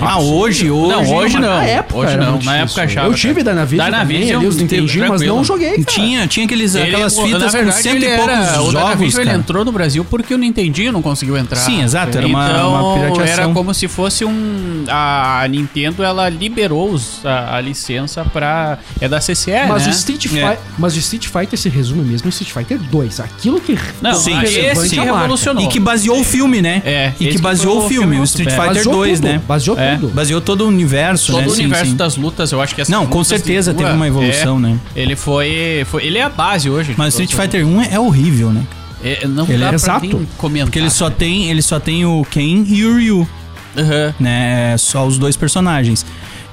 Speaker 5: Ah, hoje, hoje.
Speaker 6: Não, hoje não.
Speaker 8: Na época
Speaker 6: hoje
Speaker 8: era
Speaker 6: não.
Speaker 8: muito
Speaker 6: Na
Speaker 8: difícil.
Speaker 6: época achava.
Speaker 8: Eu tive
Speaker 6: cara.
Speaker 8: Dynavision também,
Speaker 6: Dynavision.
Speaker 8: ali os Nintendinho, mas
Speaker 6: tranquilo.
Speaker 8: não joguei, cara.
Speaker 5: Tinha, tinha aqueles,
Speaker 6: Ele- é
Speaker 5: aquelas
Speaker 6: o-
Speaker 5: fitas
Speaker 6: na
Speaker 5: com
Speaker 6: verdade,
Speaker 5: cento e
Speaker 6: ele
Speaker 5: poucos
Speaker 6: era- o
Speaker 5: jogos.
Speaker 6: Dynavision, ele
Speaker 5: cara.
Speaker 6: entrou no Brasil porque o Nintendinho não conseguiu entrar.
Speaker 5: Sim, exato, era uma-
Speaker 6: então,
Speaker 5: uma pirateação.
Speaker 6: era como se fosse um... A Nintendo, ela liberou os- a, a licença pra... É da CCE,
Speaker 8: Mas,
Speaker 6: né?
Speaker 8: o Street
Speaker 5: É.
Speaker 8: Fighter, mas o Street Fighter se resume mesmo em Street Fighter 2. Aquilo que.
Speaker 6: Não,
Speaker 5: Sim,
Speaker 6: a-
Speaker 5: sim,
Speaker 6: esse
Speaker 5: sim.
Speaker 6: que revolucionou.
Speaker 5: E que baseou o filme, né? E
Speaker 6: É, esse
Speaker 5: que
Speaker 6: que
Speaker 5: baseou
Speaker 6: foi
Speaker 5: o filme, o Street
Speaker 6: é.
Speaker 5: Fighter
Speaker 8: Baseou
Speaker 5: 2,
Speaker 8: tudo,
Speaker 5: né?
Speaker 8: Baseou
Speaker 6: É.
Speaker 8: tudo.
Speaker 5: Baseou todo o universo,
Speaker 6: Todo
Speaker 5: né?
Speaker 6: o
Speaker 5: Sim,
Speaker 6: universo
Speaker 5: sim.
Speaker 6: das lutas, eu acho que essas
Speaker 5: Não, com
Speaker 6: lutas de
Speaker 5: certeza
Speaker 6: rua,
Speaker 5: teve uma evolução,
Speaker 6: é,
Speaker 5: né?
Speaker 6: Ele foi, foi. Ele é a base hoje.
Speaker 5: Mas Street Fighter 1 é horrível, né?
Speaker 6: É, não
Speaker 5: Ele
Speaker 6: dá
Speaker 5: é
Speaker 6: pra
Speaker 5: exato,
Speaker 6: nem comentar.
Speaker 5: Porque ele só tem, ele só tem o Ken e o Ryu,
Speaker 6: Aham.
Speaker 5: né? Só os dois personagens.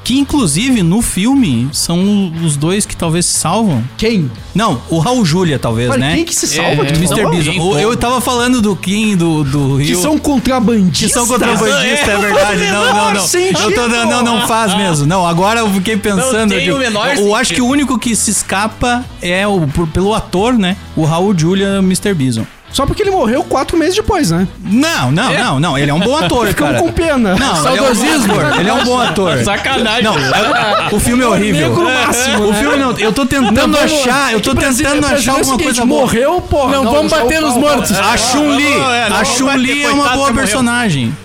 Speaker 5: Que inclusive no filme são os dois que talvez se salvam.
Speaker 8: Quem?
Speaker 5: Não, o Raul Julia talvez,
Speaker 8: Olha,
Speaker 5: né?
Speaker 8: Quem que se salva
Speaker 6: É,
Speaker 8: que
Speaker 5: Do
Speaker 8: tu
Speaker 6: Mr.
Speaker 8: falou?
Speaker 5: Mr. Bison.
Speaker 6: Alguém,
Speaker 5: Eu
Speaker 6: pô.
Speaker 5: tava falando do Ken, do, do
Speaker 8: Que
Speaker 5: Ryu.
Speaker 8: são contrabandistas.
Speaker 5: Que são contrabandistas, é verdade. Não, não, não. Eu tô, não, não, não faz mesmo. Não, agora eu fiquei pensando.
Speaker 6: tem
Speaker 5: eu digo,
Speaker 6: o menor
Speaker 5: eu, eu acho que o único que se escapa é o, por- pelo ator, né? O Raul Julia Mr. Bison.
Speaker 8: Só porque ele morreu quatro meses depois, né?
Speaker 5: Não, não, não, não. Ele é um bom ator,
Speaker 8: Ficamos
Speaker 5: cara.
Speaker 8: com pena.
Speaker 5: Não, ele é um bom ator. Ele é um bom ator.
Speaker 6: Sacanagem.
Speaker 5: Não, é- o filme é horrível.
Speaker 8: Negro máximo,
Speaker 5: o
Speaker 8: né?
Speaker 5: filme não. Eu tô tentando
Speaker 8: vamos-
Speaker 5: achar. Eu tô tentando achar alguma coisa boa.
Speaker 8: morreu, porra.
Speaker 4: Não, vamos bater
Speaker 8: o-
Speaker 4: nos mortos.
Speaker 5: A Chun-Li.
Speaker 6: É, não,
Speaker 5: A
Speaker 6: vai
Speaker 5: Chun-Li
Speaker 6: ter,
Speaker 5: é uma
Speaker 6: coitado,
Speaker 5: boa
Speaker 6: morreu.
Speaker 5: personagem.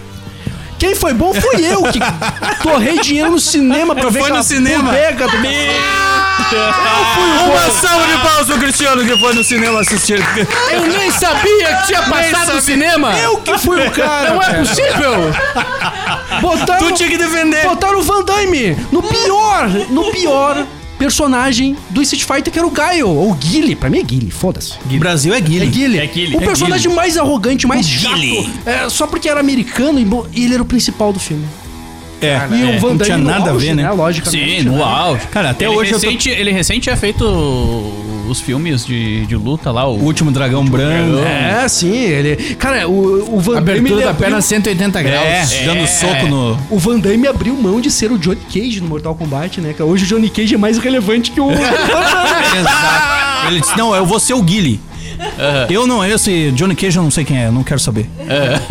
Speaker 8: Quem foi bom fui eu, que torrei dinheiro no cinema pra
Speaker 5: Tu
Speaker 8: ver
Speaker 5: foi
Speaker 8: aquela
Speaker 5: no cinema?
Speaker 8: bodega do
Speaker 5: Uma salva de palmas pro Cristiano que foi no cinema assistir.
Speaker 4: Eu nem sabia que tinha passado no cinema.
Speaker 8: Eu que fui o cara.
Speaker 4: Não é possível.
Speaker 8: Botaram,
Speaker 5: Tu tinha que defender.
Speaker 8: botaram o Van Damme no pior, no pior personagem do Street Fighter, que era o Gaio. Ou Guile. Pra mim é Guile, foda-se.
Speaker 5: O Brasil é
Speaker 8: É
Speaker 5: Guile.
Speaker 8: Guile.
Speaker 6: É Guile.
Speaker 8: O
Speaker 5: É
Speaker 8: personagem mais arrogante, mais chato.
Speaker 5: Guile.
Speaker 8: É, só porque era americano e bo- ele era o principal do filme.
Speaker 5: É,
Speaker 8: E o Van
Speaker 5: não
Speaker 8: Damme
Speaker 5: tinha
Speaker 8: no
Speaker 5: nada a
Speaker 8: auge,
Speaker 5: ver, né?
Speaker 8: Logicamente.
Speaker 6: Sim, no
Speaker 8: né?
Speaker 6: auge.
Speaker 5: Cara, até
Speaker 6: ele
Speaker 5: hoje eu tô-
Speaker 6: recente, Ele recente tinha feito os filmes de, de luta lá.
Speaker 5: O
Speaker 6: O...
Speaker 5: último dragão branco.
Speaker 8: É, sim, ele. Cara, o, o Van Damme.
Speaker 4: Abertura
Speaker 8: ele
Speaker 4: da
Speaker 8: abriu-
Speaker 4: perna 180 graus.
Speaker 5: É, dando soco no.
Speaker 8: O Van Damme abriu mão de ser o Johnny Cage no Mortal Kombat, né? cara? Hoje o Johnny Cage é mais relevante que o.
Speaker 5: Exato. Ele disse: Não, eu vou ser o Guile. Eu não, esse Johnny Cage eu não sei quem é, eu não quero saber.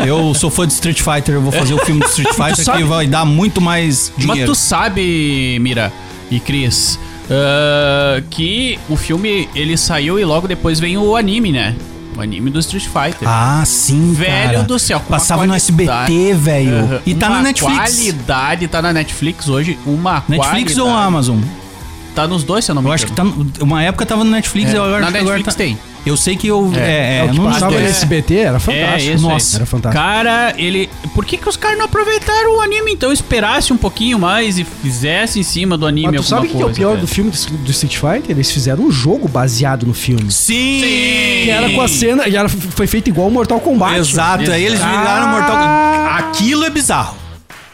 Speaker 5: Eu sou fã de Street Fighter, eu vou fazer o filme do Street Fighter que vai dar muito mais
Speaker 6: Mas
Speaker 5: dinheiro.
Speaker 6: tu sabe, Mira e Cris, ah, que o filme ele saiu e logo depois vem o anime, né? O anime do Street Fighter.
Speaker 5: Ah, sim,
Speaker 6: Velho
Speaker 5: cara.
Speaker 6: do céu, com uma
Speaker 5: Passava no
Speaker 6: qualidade.
Speaker 5: SBT, velho.
Speaker 6: Aham.
Speaker 5: E tá
Speaker 6: Uma
Speaker 5: na Netflix.
Speaker 6: qualidade, tá na Netflix hoje, uma
Speaker 5: Netflix ou
Speaker 6: qualidade.
Speaker 5: Amazon?
Speaker 6: Tá nos dois, se eu não me
Speaker 5: Eu acho que tá. no- Uma época tava no Netflix,
Speaker 6: É,
Speaker 5: eu acho
Speaker 6: na
Speaker 5: que agora
Speaker 6: Netflix
Speaker 5: tá-
Speaker 6: tem.
Speaker 5: Eu sei que eu. É, é,
Speaker 8: o que
Speaker 5: não
Speaker 8: passava
Speaker 5: sei.
Speaker 8: no SBT era fantástico.
Speaker 6: É, isso
Speaker 8: Nossa,
Speaker 6: aí.
Speaker 8: era fantástico.
Speaker 6: Cara, ele. Por que, que os caras não aproveitaram o anime então? Esperasse um pouquinho mais e fizesse em cima do anime
Speaker 8: Mas tu sabe o
Speaker 6: alguma
Speaker 8: que que é o
Speaker 6: coisa,
Speaker 8: pior
Speaker 6: cara.
Speaker 8: do filme do, do Street Fighter? Eles fizeram um jogo baseado no filme.
Speaker 5: Sim!
Speaker 8: Que era com a cena. E era, foi feito igual o Mortal Kombat.
Speaker 5: Exato, aí eles viraram Mortal
Speaker 6: Ah!
Speaker 5: Kombat. Aquilo é bizarro.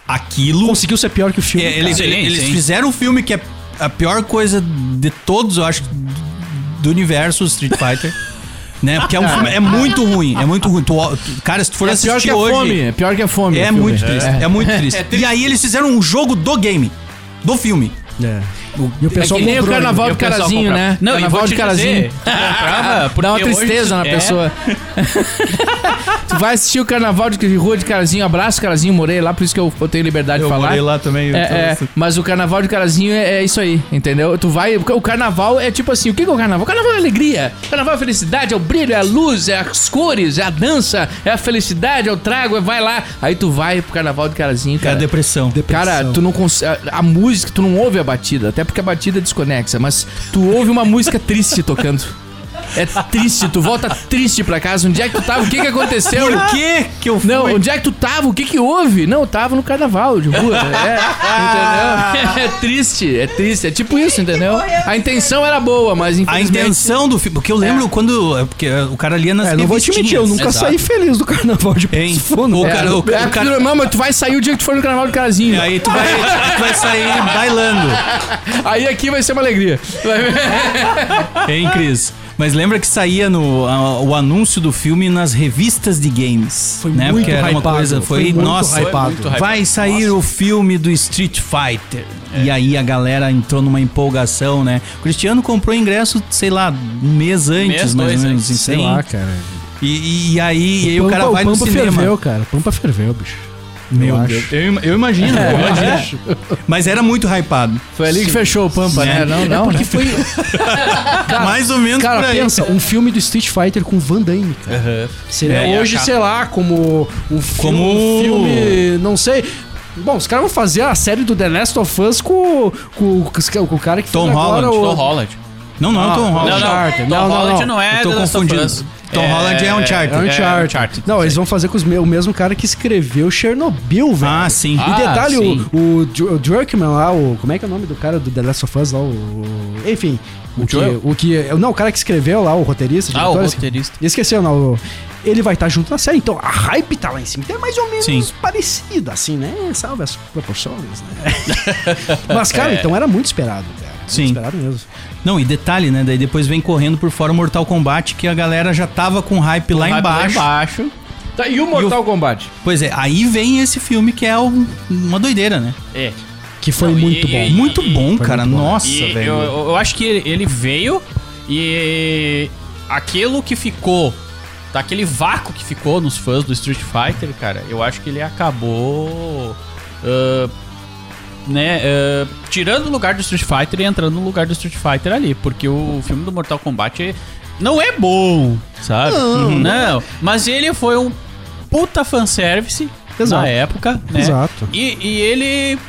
Speaker 5: Aquilo.
Speaker 8: Conseguiu ser pior que o filme.
Speaker 5: É, eles,
Speaker 6: Sim,
Speaker 5: eles
Speaker 6: sim.
Speaker 5: fizeram um filme que é a pior coisa de todos, eu acho, do universo Street Fighter. né? Porque é um filme. É muito ruim. É muito ruim. Tu- tu- cara, se tu for
Speaker 4: É pior
Speaker 5: assistir
Speaker 4: que a
Speaker 5: hoje.
Speaker 4: fome. É pior que a fome.
Speaker 5: É
Speaker 4: o filme.
Speaker 5: muito triste. É, muito triste. E aí eles fizeram um jogo do game. Do filme.
Speaker 8: É. E o pessoal
Speaker 4: que nem o
Speaker 8: comprou, né?
Speaker 4: carnaval
Speaker 6: E
Speaker 4: do
Speaker 6: o pessoal
Speaker 4: carazinho,
Speaker 6: comprava.
Speaker 4: né?
Speaker 6: Não, e
Speaker 4: carnaval
Speaker 6: vou
Speaker 4: de
Speaker 6: te
Speaker 4: carazinho.
Speaker 6: dizer, comprava, porque
Speaker 4: Dá uma
Speaker 6: hoje-
Speaker 4: tristeza na
Speaker 6: é.
Speaker 4: pessoa. tu vai assistir o carnaval de rua de carazinho, abraço carazinho, morei lá, por isso que eu, eu tenho liberdade de falar.
Speaker 5: também.
Speaker 4: É, é, mas o carnaval de Carazinho é, é isso aí, entendeu? Tu vai. O carnaval é tipo assim: o que que é o carnaval? O carnaval é alegria, o carnaval é felicidade, é o brilho, é a luz, é as cores, é a dança, é a felicidade, é o trago, é vai lá. Aí tu vai pro carnaval de Carazinho,
Speaker 5: É a
Speaker 4: cara.
Speaker 5: depressão.
Speaker 4: Cara, tu não consegue. A música, é tu não ouve a batida, até porque a batida desconexa, mas tu ouve uma música triste tocando. É triste, tu volta triste pra casa. Onde é que tu tava? O que que aconteceu?
Speaker 5: Por que que eu fui?
Speaker 4: Não, onde é que tu tava? O que que houve? Não, eu tava no carnaval de rua. né? É, entendeu? É triste, é triste. É tipo isso, entendeu? A intenção era boa, mas
Speaker 5: A
Speaker 4: infelizmente...
Speaker 5: intenção do filme. Porque eu lembro quando. é, Porque o cara lia nas
Speaker 8: É, não vou te mentir, eu
Speaker 5: revistinhas.
Speaker 8: nunca saí feliz do carnaval de
Speaker 5: né? Hein?
Speaker 8: Passo Fundo.
Speaker 5: O
Speaker 8: É,
Speaker 5: cara- o
Speaker 4: É,
Speaker 5: cara-
Speaker 4: filho, irmão, mas tu vai sair o dia que tu for no carnaval do carazinho.
Speaker 5: E aí tu vai, tu vai sair bailando,
Speaker 4: Aí aqui vai ser uma alegria. Vai ver.
Speaker 5: hein, Cris? Mas lembra que saía no, a- o anúncio do filme nas revistas de games.
Speaker 8: Foi
Speaker 5: né?
Speaker 8: muito
Speaker 5: Porque era uma
Speaker 8: hypado,
Speaker 5: coisa. Foi,
Speaker 8: foi muito
Speaker 5: nossa,
Speaker 8: hypado.
Speaker 5: muito vai sair o filme do Street Fighter.
Speaker 8: É.
Speaker 5: E aí a galera entrou numa empolgação, né? O Cristiano comprou ingresso, sei lá, um mês antes,
Speaker 6: Mês,
Speaker 5: mais
Speaker 6: dois
Speaker 5: ou menos.
Speaker 6: antes,
Speaker 5: assim.
Speaker 8: Sei lá, cara.
Speaker 5: E, e aí e aí o, cara
Speaker 8: Pampa-
Speaker 5: vai no
Speaker 8: Pampa
Speaker 5: cinema.
Speaker 8: ferveu, cara. Pampa ferveu, bicho.
Speaker 5: Meu
Speaker 8: Eu acho.
Speaker 5: Deus, eu, eu imagino, eu imagino. É. Mas era muito hypado.
Speaker 4: Foi ali que fechou o Pampa, né? Não, não. né?
Speaker 8: Foi,
Speaker 5: Mais ou menos
Speaker 8: cara,
Speaker 5: por aí.
Speaker 8: pensa, um filme do Street Fighter com Van Damme, cara. Seria
Speaker 6: É, e a
Speaker 8: hoje,
Speaker 6: capa.
Speaker 8: sei lá, como um fi-
Speaker 5: Como-
Speaker 8: um filme, não sei. Bom, os caras vão fazer a série do The Last of Us com, com, com os ca- com o cara que
Speaker 5: Tom
Speaker 8: fez agora
Speaker 5: Holland,
Speaker 8: o...
Speaker 6: Tom Holland.
Speaker 5: Não, não, é o Tom Holland.
Speaker 6: Não, não.
Speaker 8: Uncharted.
Speaker 6: Tom
Speaker 8: Ah, Não, não,
Speaker 6: Holland não,
Speaker 8: não.
Speaker 6: é
Speaker 5: Eu tô
Speaker 6: The Last of
Speaker 5: confundindo.
Speaker 6: Us.
Speaker 5: Tom Holland é Uncharted.
Speaker 8: É Uncharted.
Speaker 6: Uncharted.
Speaker 8: Não, eles vão fazer com os me- o mesmo cara que escreveu Chernobyl, velho.
Speaker 5: Ah, sim.
Speaker 8: E
Speaker 6: Ah,
Speaker 8: detalhe,
Speaker 6: sim.
Speaker 8: o, o, Dr- o Druckmann lá, o, como é que é o nome do cara do The Last of Us lá? O, enfim, o, que,
Speaker 6: Joel?
Speaker 8: o que. Não, o cara que escreveu lá, o roteirista.
Speaker 6: Ah, o
Speaker 8: diretor, esse-
Speaker 6: roteirista.
Speaker 8: Esqueceu, não. o- Ele vai estar junto na série, então a hype tá lá em cima. Então é mais ou menos
Speaker 5: Sim.
Speaker 8: parecida, assim, né? Salve as proporções, né? Mas, cara,
Speaker 6: É.
Speaker 8: então era muito esperado, cara. Muito
Speaker 5: Sim.
Speaker 8: esperado mesmo.
Speaker 5: Não, e detalhe, né? Daí depois vem correndo por fora o Mortal Kombat, que a galera já tava com hype lá
Speaker 6: Hype
Speaker 5: embaixo.
Speaker 6: embaixo.
Speaker 4: Tá, e o Mortal Kombat?
Speaker 5: Pois é, aí vem esse filme que é um- uma doideira, né?
Speaker 6: É.
Speaker 8: Que foi
Speaker 6: Não, e-
Speaker 8: muito bom.
Speaker 6: e-
Speaker 5: Muito bom,
Speaker 8: Foi
Speaker 5: cara.
Speaker 8: muito bom.
Speaker 5: Nossa,
Speaker 6: E
Speaker 5: velho.
Speaker 6: Eu, eu acho que ele veio e aquilo que ficou, daquele vácuo que ficou nos fãs do Street Fighter, cara, eu acho que ele acabou. ah, né, ah, tirando o lugar do Street Fighter e entrando no lugar do Street Fighter ali, porque o filme do Mortal Kombat não é bom, sabe? Não, mas ele foi um puta fanservice
Speaker 8: Exato.
Speaker 6: na época, né?
Speaker 8: Exato.
Speaker 6: E, e ele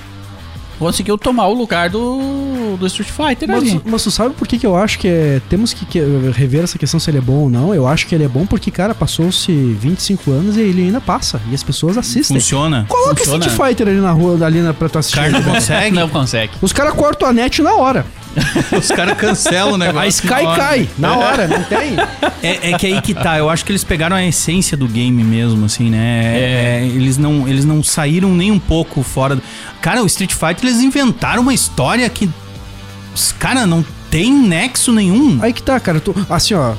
Speaker 6: conseguiu tomar o lugar do, do Street Fighter
Speaker 8: Mas,
Speaker 6: ali.
Speaker 8: mas tu sabe por que, que eu acho que é, temos que, que- rever essa questão se ele é bom ou não? Eu acho que ele é bom porque, cara, passou-se 25 anos e ele ainda passa. E as pessoas assistem.
Speaker 5: Funciona.
Speaker 8: Coloca
Speaker 6: funciona.
Speaker 8: Street Fighter ali na rua, ali na, pra tu assistir.
Speaker 5: Cara, consegue.
Speaker 6: É, Não consegue.
Speaker 8: Os caras cortam a net na hora.
Speaker 5: Os caras cancelam o negócio.
Speaker 8: A Sky cai. Na hora, não tem.
Speaker 5: É, é que aí que tá. Eu acho que eles pegaram a essência do game mesmo, assim, né? É, eles, não, eles não saíram nem um pouco fora. Do... Cara, o Street Fighter, eles inventaram uma história que. os Cara, não tem nexo nenhum.
Speaker 8: Aí que tá, cara. Tu, assim, ó.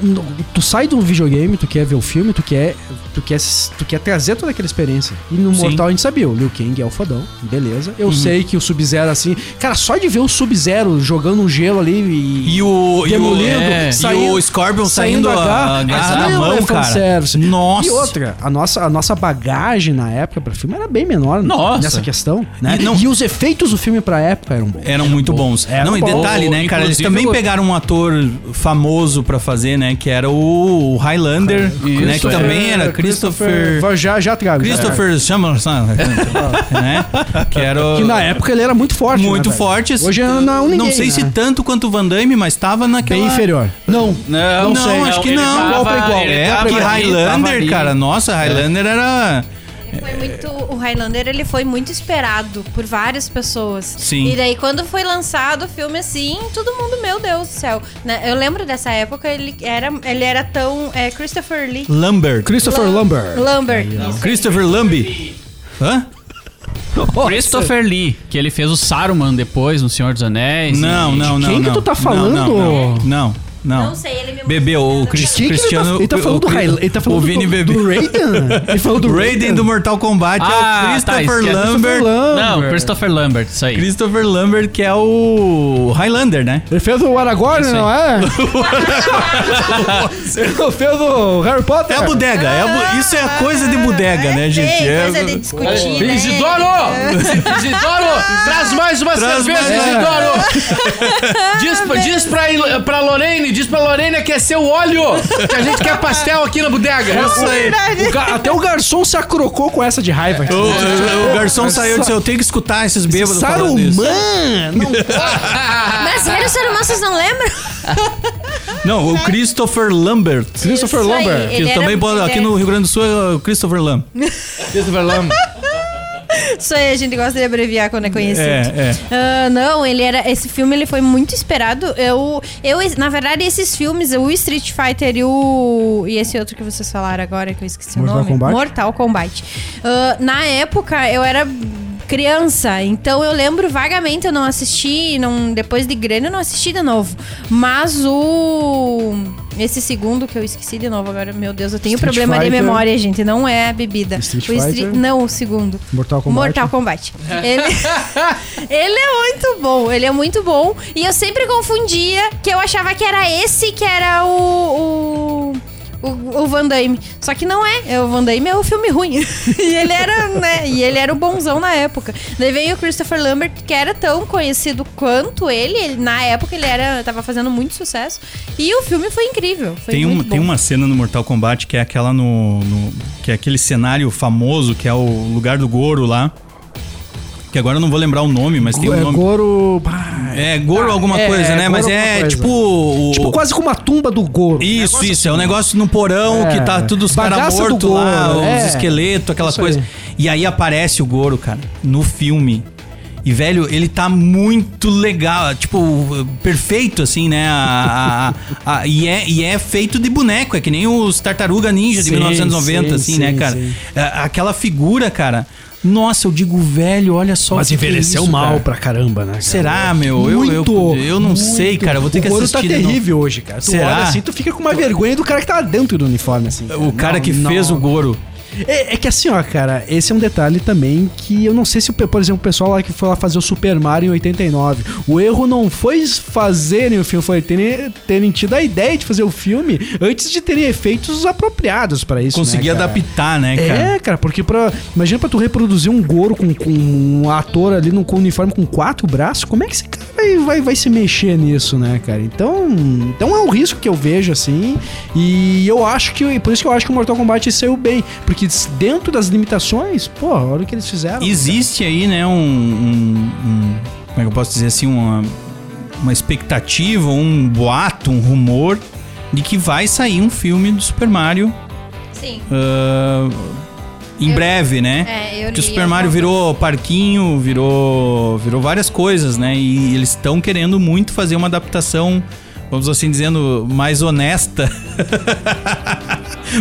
Speaker 8: no- Tu sai de um videogame, tu quer ver o filme, tu quer, tu quer, s- tu quer trazer toda aquela experiência. E no
Speaker 5: Sim. Uhum.
Speaker 8: Mortal a gente sabia, o Liu Kang é o fodão, beleza. Eu sei que o Sub-Zero, assim. Cara, só de ver o Sub-Zero jogando um gelo ali e.
Speaker 5: E o. e o-
Speaker 8: Demolido,
Speaker 5: é, e
Speaker 8: saindo-
Speaker 5: o Scorpion saindo,
Speaker 8: a
Speaker 5: a, a garra na mão, cara. Nossa.
Speaker 8: é E outra, a nossa, a nossa bagagem na época pra filme era bem menor
Speaker 5: Nossa.
Speaker 8: nessa questão. Né?
Speaker 5: E
Speaker 8: E,
Speaker 5: não-
Speaker 8: os efeitos do filme pra época eram bons.
Speaker 5: Eram muito bons. não, e
Speaker 6: bons.
Speaker 5: detalhe, né, cara? Eles
Speaker 6: Inclusive,
Speaker 5: também
Speaker 6: eu-
Speaker 5: pegaram um ator famoso pra fazer, né? Que era o Highlander, né? Que
Speaker 6: Christopher-
Speaker 5: também era Christopher.
Speaker 8: É, Vai, Já, já trago. já trago.
Speaker 5: Christopher Chamerson, né? Que era o-
Speaker 8: É. Que na época ele era muito forte. né,
Speaker 5: Ah. muito
Speaker 8: velho?
Speaker 5: forte.
Speaker 8: Hoje não, não, ninguém,
Speaker 5: Não sei
Speaker 8: né? Então, é,
Speaker 5: se tanto quanto o Van Damme, mas tava naquela...
Speaker 8: Bem inferior. Não.
Speaker 6: Não,
Speaker 5: não, acho que
Speaker 6: ele
Speaker 5: não.
Speaker 6: tava-
Speaker 5: Igual pra igual.
Speaker 6: ele
Speaker 5: É,
Speaker 6: tava
Speaker 5: porque
Speaker 6: ali, tava
Speaker 5: Highlander,
Speaker 6: ali. É.
Speaker 5: cara, nossa, Highlander era...
Speaker 7: Ele foi muito, o Highlander ele foi muito esperado por várias pessoas.
Speaker 5: Sim.
Speaker 7: E daí quando foi lançado o filme assim, todo mundo, meu Deus do céu. Né, Eu lembro dessa época, ele era, ele era tão é, Christopher Lee.
Speaker 5: Lambert.
Speaker 8: Christopher Lambert.
Speaker 7: Lambert. isso.
Speaker 5: Christopher Lambie. Hã?
Speaker 6: Christopher Lee, que ele fez o Saruman depois no Senhor dos Anéis.
Speaker 5: Não,
Speaker 6: e-
Speaker 5: não, não.
Speaker 8: quem que
Speaker 5: não.
Speaker 8: tu tá
Speaker 5: Não,
Speaker 8: falando?
Speaker 5: Não, não, não. não.
Speaker 7: Não sei, ele me
Speaker 5: Bebeu, o
Speaker 7: mostrou.
Speaker 5: Cris-
Speaker 8: Quem que ele tá-
Speaker 5: Cristiano...
Speaker 8: ele tá, falando
Speaker 5: o,
Speaker 8: do Raiden? Ele tá falando
Speaker 5: o
Speaker 8: do-
Speaker 5: Vini
Speaker 8: do,
Speaker 5: bebeu.
Speaker 8: Raiden? Ele falou do
Speaker 5: Raiden do Mortal Kombat é o
Speaker 6: Ah, tá,
Speaker 5: Christopher
Speaker 6: esquece.
Speaker 5: Lambert.
Speaker 6: Não, Christopher Lambert, isso aí.
Speaker 5: Christopher Lambert, que é o Highlander, né?
Speaker 8: Ele fez o Aragorn, não é? ele fez o Harry
Speaker 5: É
Speaker 8: Potter.
Speaker 5: a bodega. é a bu- Isso é coisa de bodega, né, gente?
Speaker 7: Tem
Speaker 5: É-
Speaker 7: coisa de discutir, né?
Speaker 4: Isidoro! Isidoro! Traz mais é. uma
Speaker 5: Traz
Speaker 4: cerveja,
Speaker 5: mais-
Speaker 4: Isidoro! Diz, pra- diz pra, Il- pra Lorene, diz pra Lorene aquecer o óleo! Que a gente quer pastel aqui na bodega!
Speaker 5: Isso aí.
Speaker 8: O ga- Até o garçom se acrocou com essa de raiva.
Speaker 5: O, o- o garçom saiu e disse: Eu tenho que escutar esses bêbados. falando isso."
Speaker 8: Saruman! Não
Speaker 7: Ah, Mas velho, ser humano, vocês não lembram?
Speaker 5: Não, o Christopher Lambert.
Speaker 8: Christopher
Speaker 9: Isso aí,
Speaker 8: Lambert.
Speaker 5: Que
Speaker 9: ele era-
Speaker 5: também pode,
Speaker 9: ele
Speaker 5: aqui
Speaker 9: é-
Speaker 5: no Rio Grande do Sul é o Christopher Lam.
Speaker 4: Christopher Lam.
Speaker 1: Isso aí, a gente gosta de abreviar quando é conhecido.
Speaker 5: É, é.
Speaker 1: Ah, não, ele era. Esse filme ele foi muito esperado. Eu, eu, na verdade, esses filmes, o Street Fighter e o. E esse outro que vocês falaram agora, que eu esqueci
Speaker 8: Mortal
Speaker 1: o nome.
Speaker 8: Kombat?
Speaker 1: Mortal Kombat. Ah, na época, eu era criança, então eu lembro vagamente, eu não assisti, não, depois de grande eu não assisti de novo. Mas o. Esse segundo que eu esqueci de novo agora, meu Deus, eu tenho
Speaker 8: Street
Speaker 1: problema de
Speaker 8: Fighter.
Speaker 1: memória, gente, não é a bebida.
Speaker 8: Street
Speaker 1: o
Speaker 8: Fighter.
Speaker 1: Não, o segundo.
Speaker 8: Mortal
Speaker 5: né?
Speaker 8: Kombat.
Speaker 1: Mortal Kombat.
Speaker 5: É.
Speaker 1: Ele... ele é muito bom, ele é muito bom. E eu sempre confundia que eu achava que era esse que era o. o... o- o Van Damme. Só que não é. é. O Van Damme é o filme ruim. e ele era, né? E ele era o bonzão na época. Daí veio o Christopher Lambert, que era tão conhecido quanto ele. ele- na época ele era. tava fazendo muito sucesso. E o filme foi incrível. Foi
Speaker 5: Tem, um,
Speaker 1: muito
Speaker 5: tem
Speaker 1: bom.
Speaker 5: uma cena no Mortal Kombat que é aquela no, no- que é aquele cenário famoso, que é o lugar do Goro lá. Que agora eu não vou lembrar o nome, mas tem um
Speaker 8: É
Speaker 5: nome.
Speaker 8: Goro. bah,
Speaker 5: É Goro alguma
Speaker 8: é,
Speaker 5: coisa,
Speaker 8: é
Speaker 5: né?
Speaker 8: Goro
Speaker 5: Mas
Speaker 8: alguma
Speaker 5: é
Speaker 8: coisa.
Speaker 5: tipo o-
Speaker 8: Tipo, quase como a tumba do Goro.
Speaker 5: Isso, isso. É
Speaker 8: assim.
Speaker 5: um negócio no porão
Speaker 8: É.
Speaker 5: que tá tudo os caras
Speaker 8: Bagaça do
Speaker 5: mortos lá,
Speaker 8: Goro,
Speaker 5: os
Speaker 8: é.
Speaker 5: esqueletos, aquela
Speaker 8: Isso
Speaker 5: coisa.
Speaker 8: aí.
Speaker 5: E aí aparece o Goro, cara, no filme. E, velho, ele tá muito legal, tipo, perfeito, assim, né? A- a- a- a- e, é, e é feito de boneco, é que nem os Tartaruga Ninja de
Speaker 8: Sim,
Speaker 5: 1990,
Speaker 8: sim,
Speaker 5: assim,
Speaker 8: sim,
Speaker 5: né, cara?
Speaker 8: sim.
Speaker 5: A- Aquela figura, cara, nossa, eu digo, velho, olha só.
Speaker 8: Mas
Speaker 5: o que que é
Speaker 8: envelheceu
Speaker 5: isso,
Speaker 8: mal
Speaker 5: cara.
Speaker 8: pra caramba, né? cara?
Speaker 5: Será, meu? Eu, eu, eu não
Speaker 8: muito.
Speaker 5: sei, cara, eu vou ter que
Speaker 8: O Goro
Speaker 5: assistir.
Speaker 8: tá
Speaker 5: de novo.
Speaker 8: terrível hoje, cara. Tu
Speaker 5: Será?
Speaker 8: olha assim, tu fica com uma vergonha do cara que tá dentro do uniforme, assim.
Speaker 5: O cara
Speaker 8: Não,
Speaker 5: que
Speaker 8: não.
Speaker 5: fez o Goro.
Speaker 8: É, é que assim, ó, cara, esse é um detalhe também que eu não sei se, o pe- por exemplo, o pessoal lá que foi lá fazer o Super Mario em 89, o erro não foi fazerem o filme, foi terem, terem tido a ideia de fazer o filme antes de terem efeitos apropriados pra isso,
Speaker 5: conseguir
Speaker 8: né, cara?
Speaker 5: adaptar, né, cara?
Speaker 8: É, cara, porque pra. Imagina pra tu reproduzir um goro com, com um ator ali num com um uniforme com quatro braços, como é que esse cara vai, vai, vai se mexer nisso, né, cara? Então. Então é um risco que eu vejo, assim. E eu acho que. Por isso que eu acho que o Mortal Kombat saiu bem. Porque dentro das limitações, pô, olha o que eles fizeram.
Speaker 5: Existe aí, né, um, um- um- Como é que eu posso dizer assim? Uma, uma expectativa, um boato, um rumor de que vai sair um filme do Super Mario
Speaker 1: Sim.
Speaker 5: ah, em
Speaker 1: Eu-
Speaker 5: breve, né?
Speaker 1: É, eu
Speaker 5: Porque o
Speaker 1: li
Speaker 5: Super Mario
Speaker 1: alguma
Speaker 5: virou parquinho, virou, virou várias coisas, né? E eles estão querendo muito fazer uma adaptação, vamos assim dizendo, mais honesta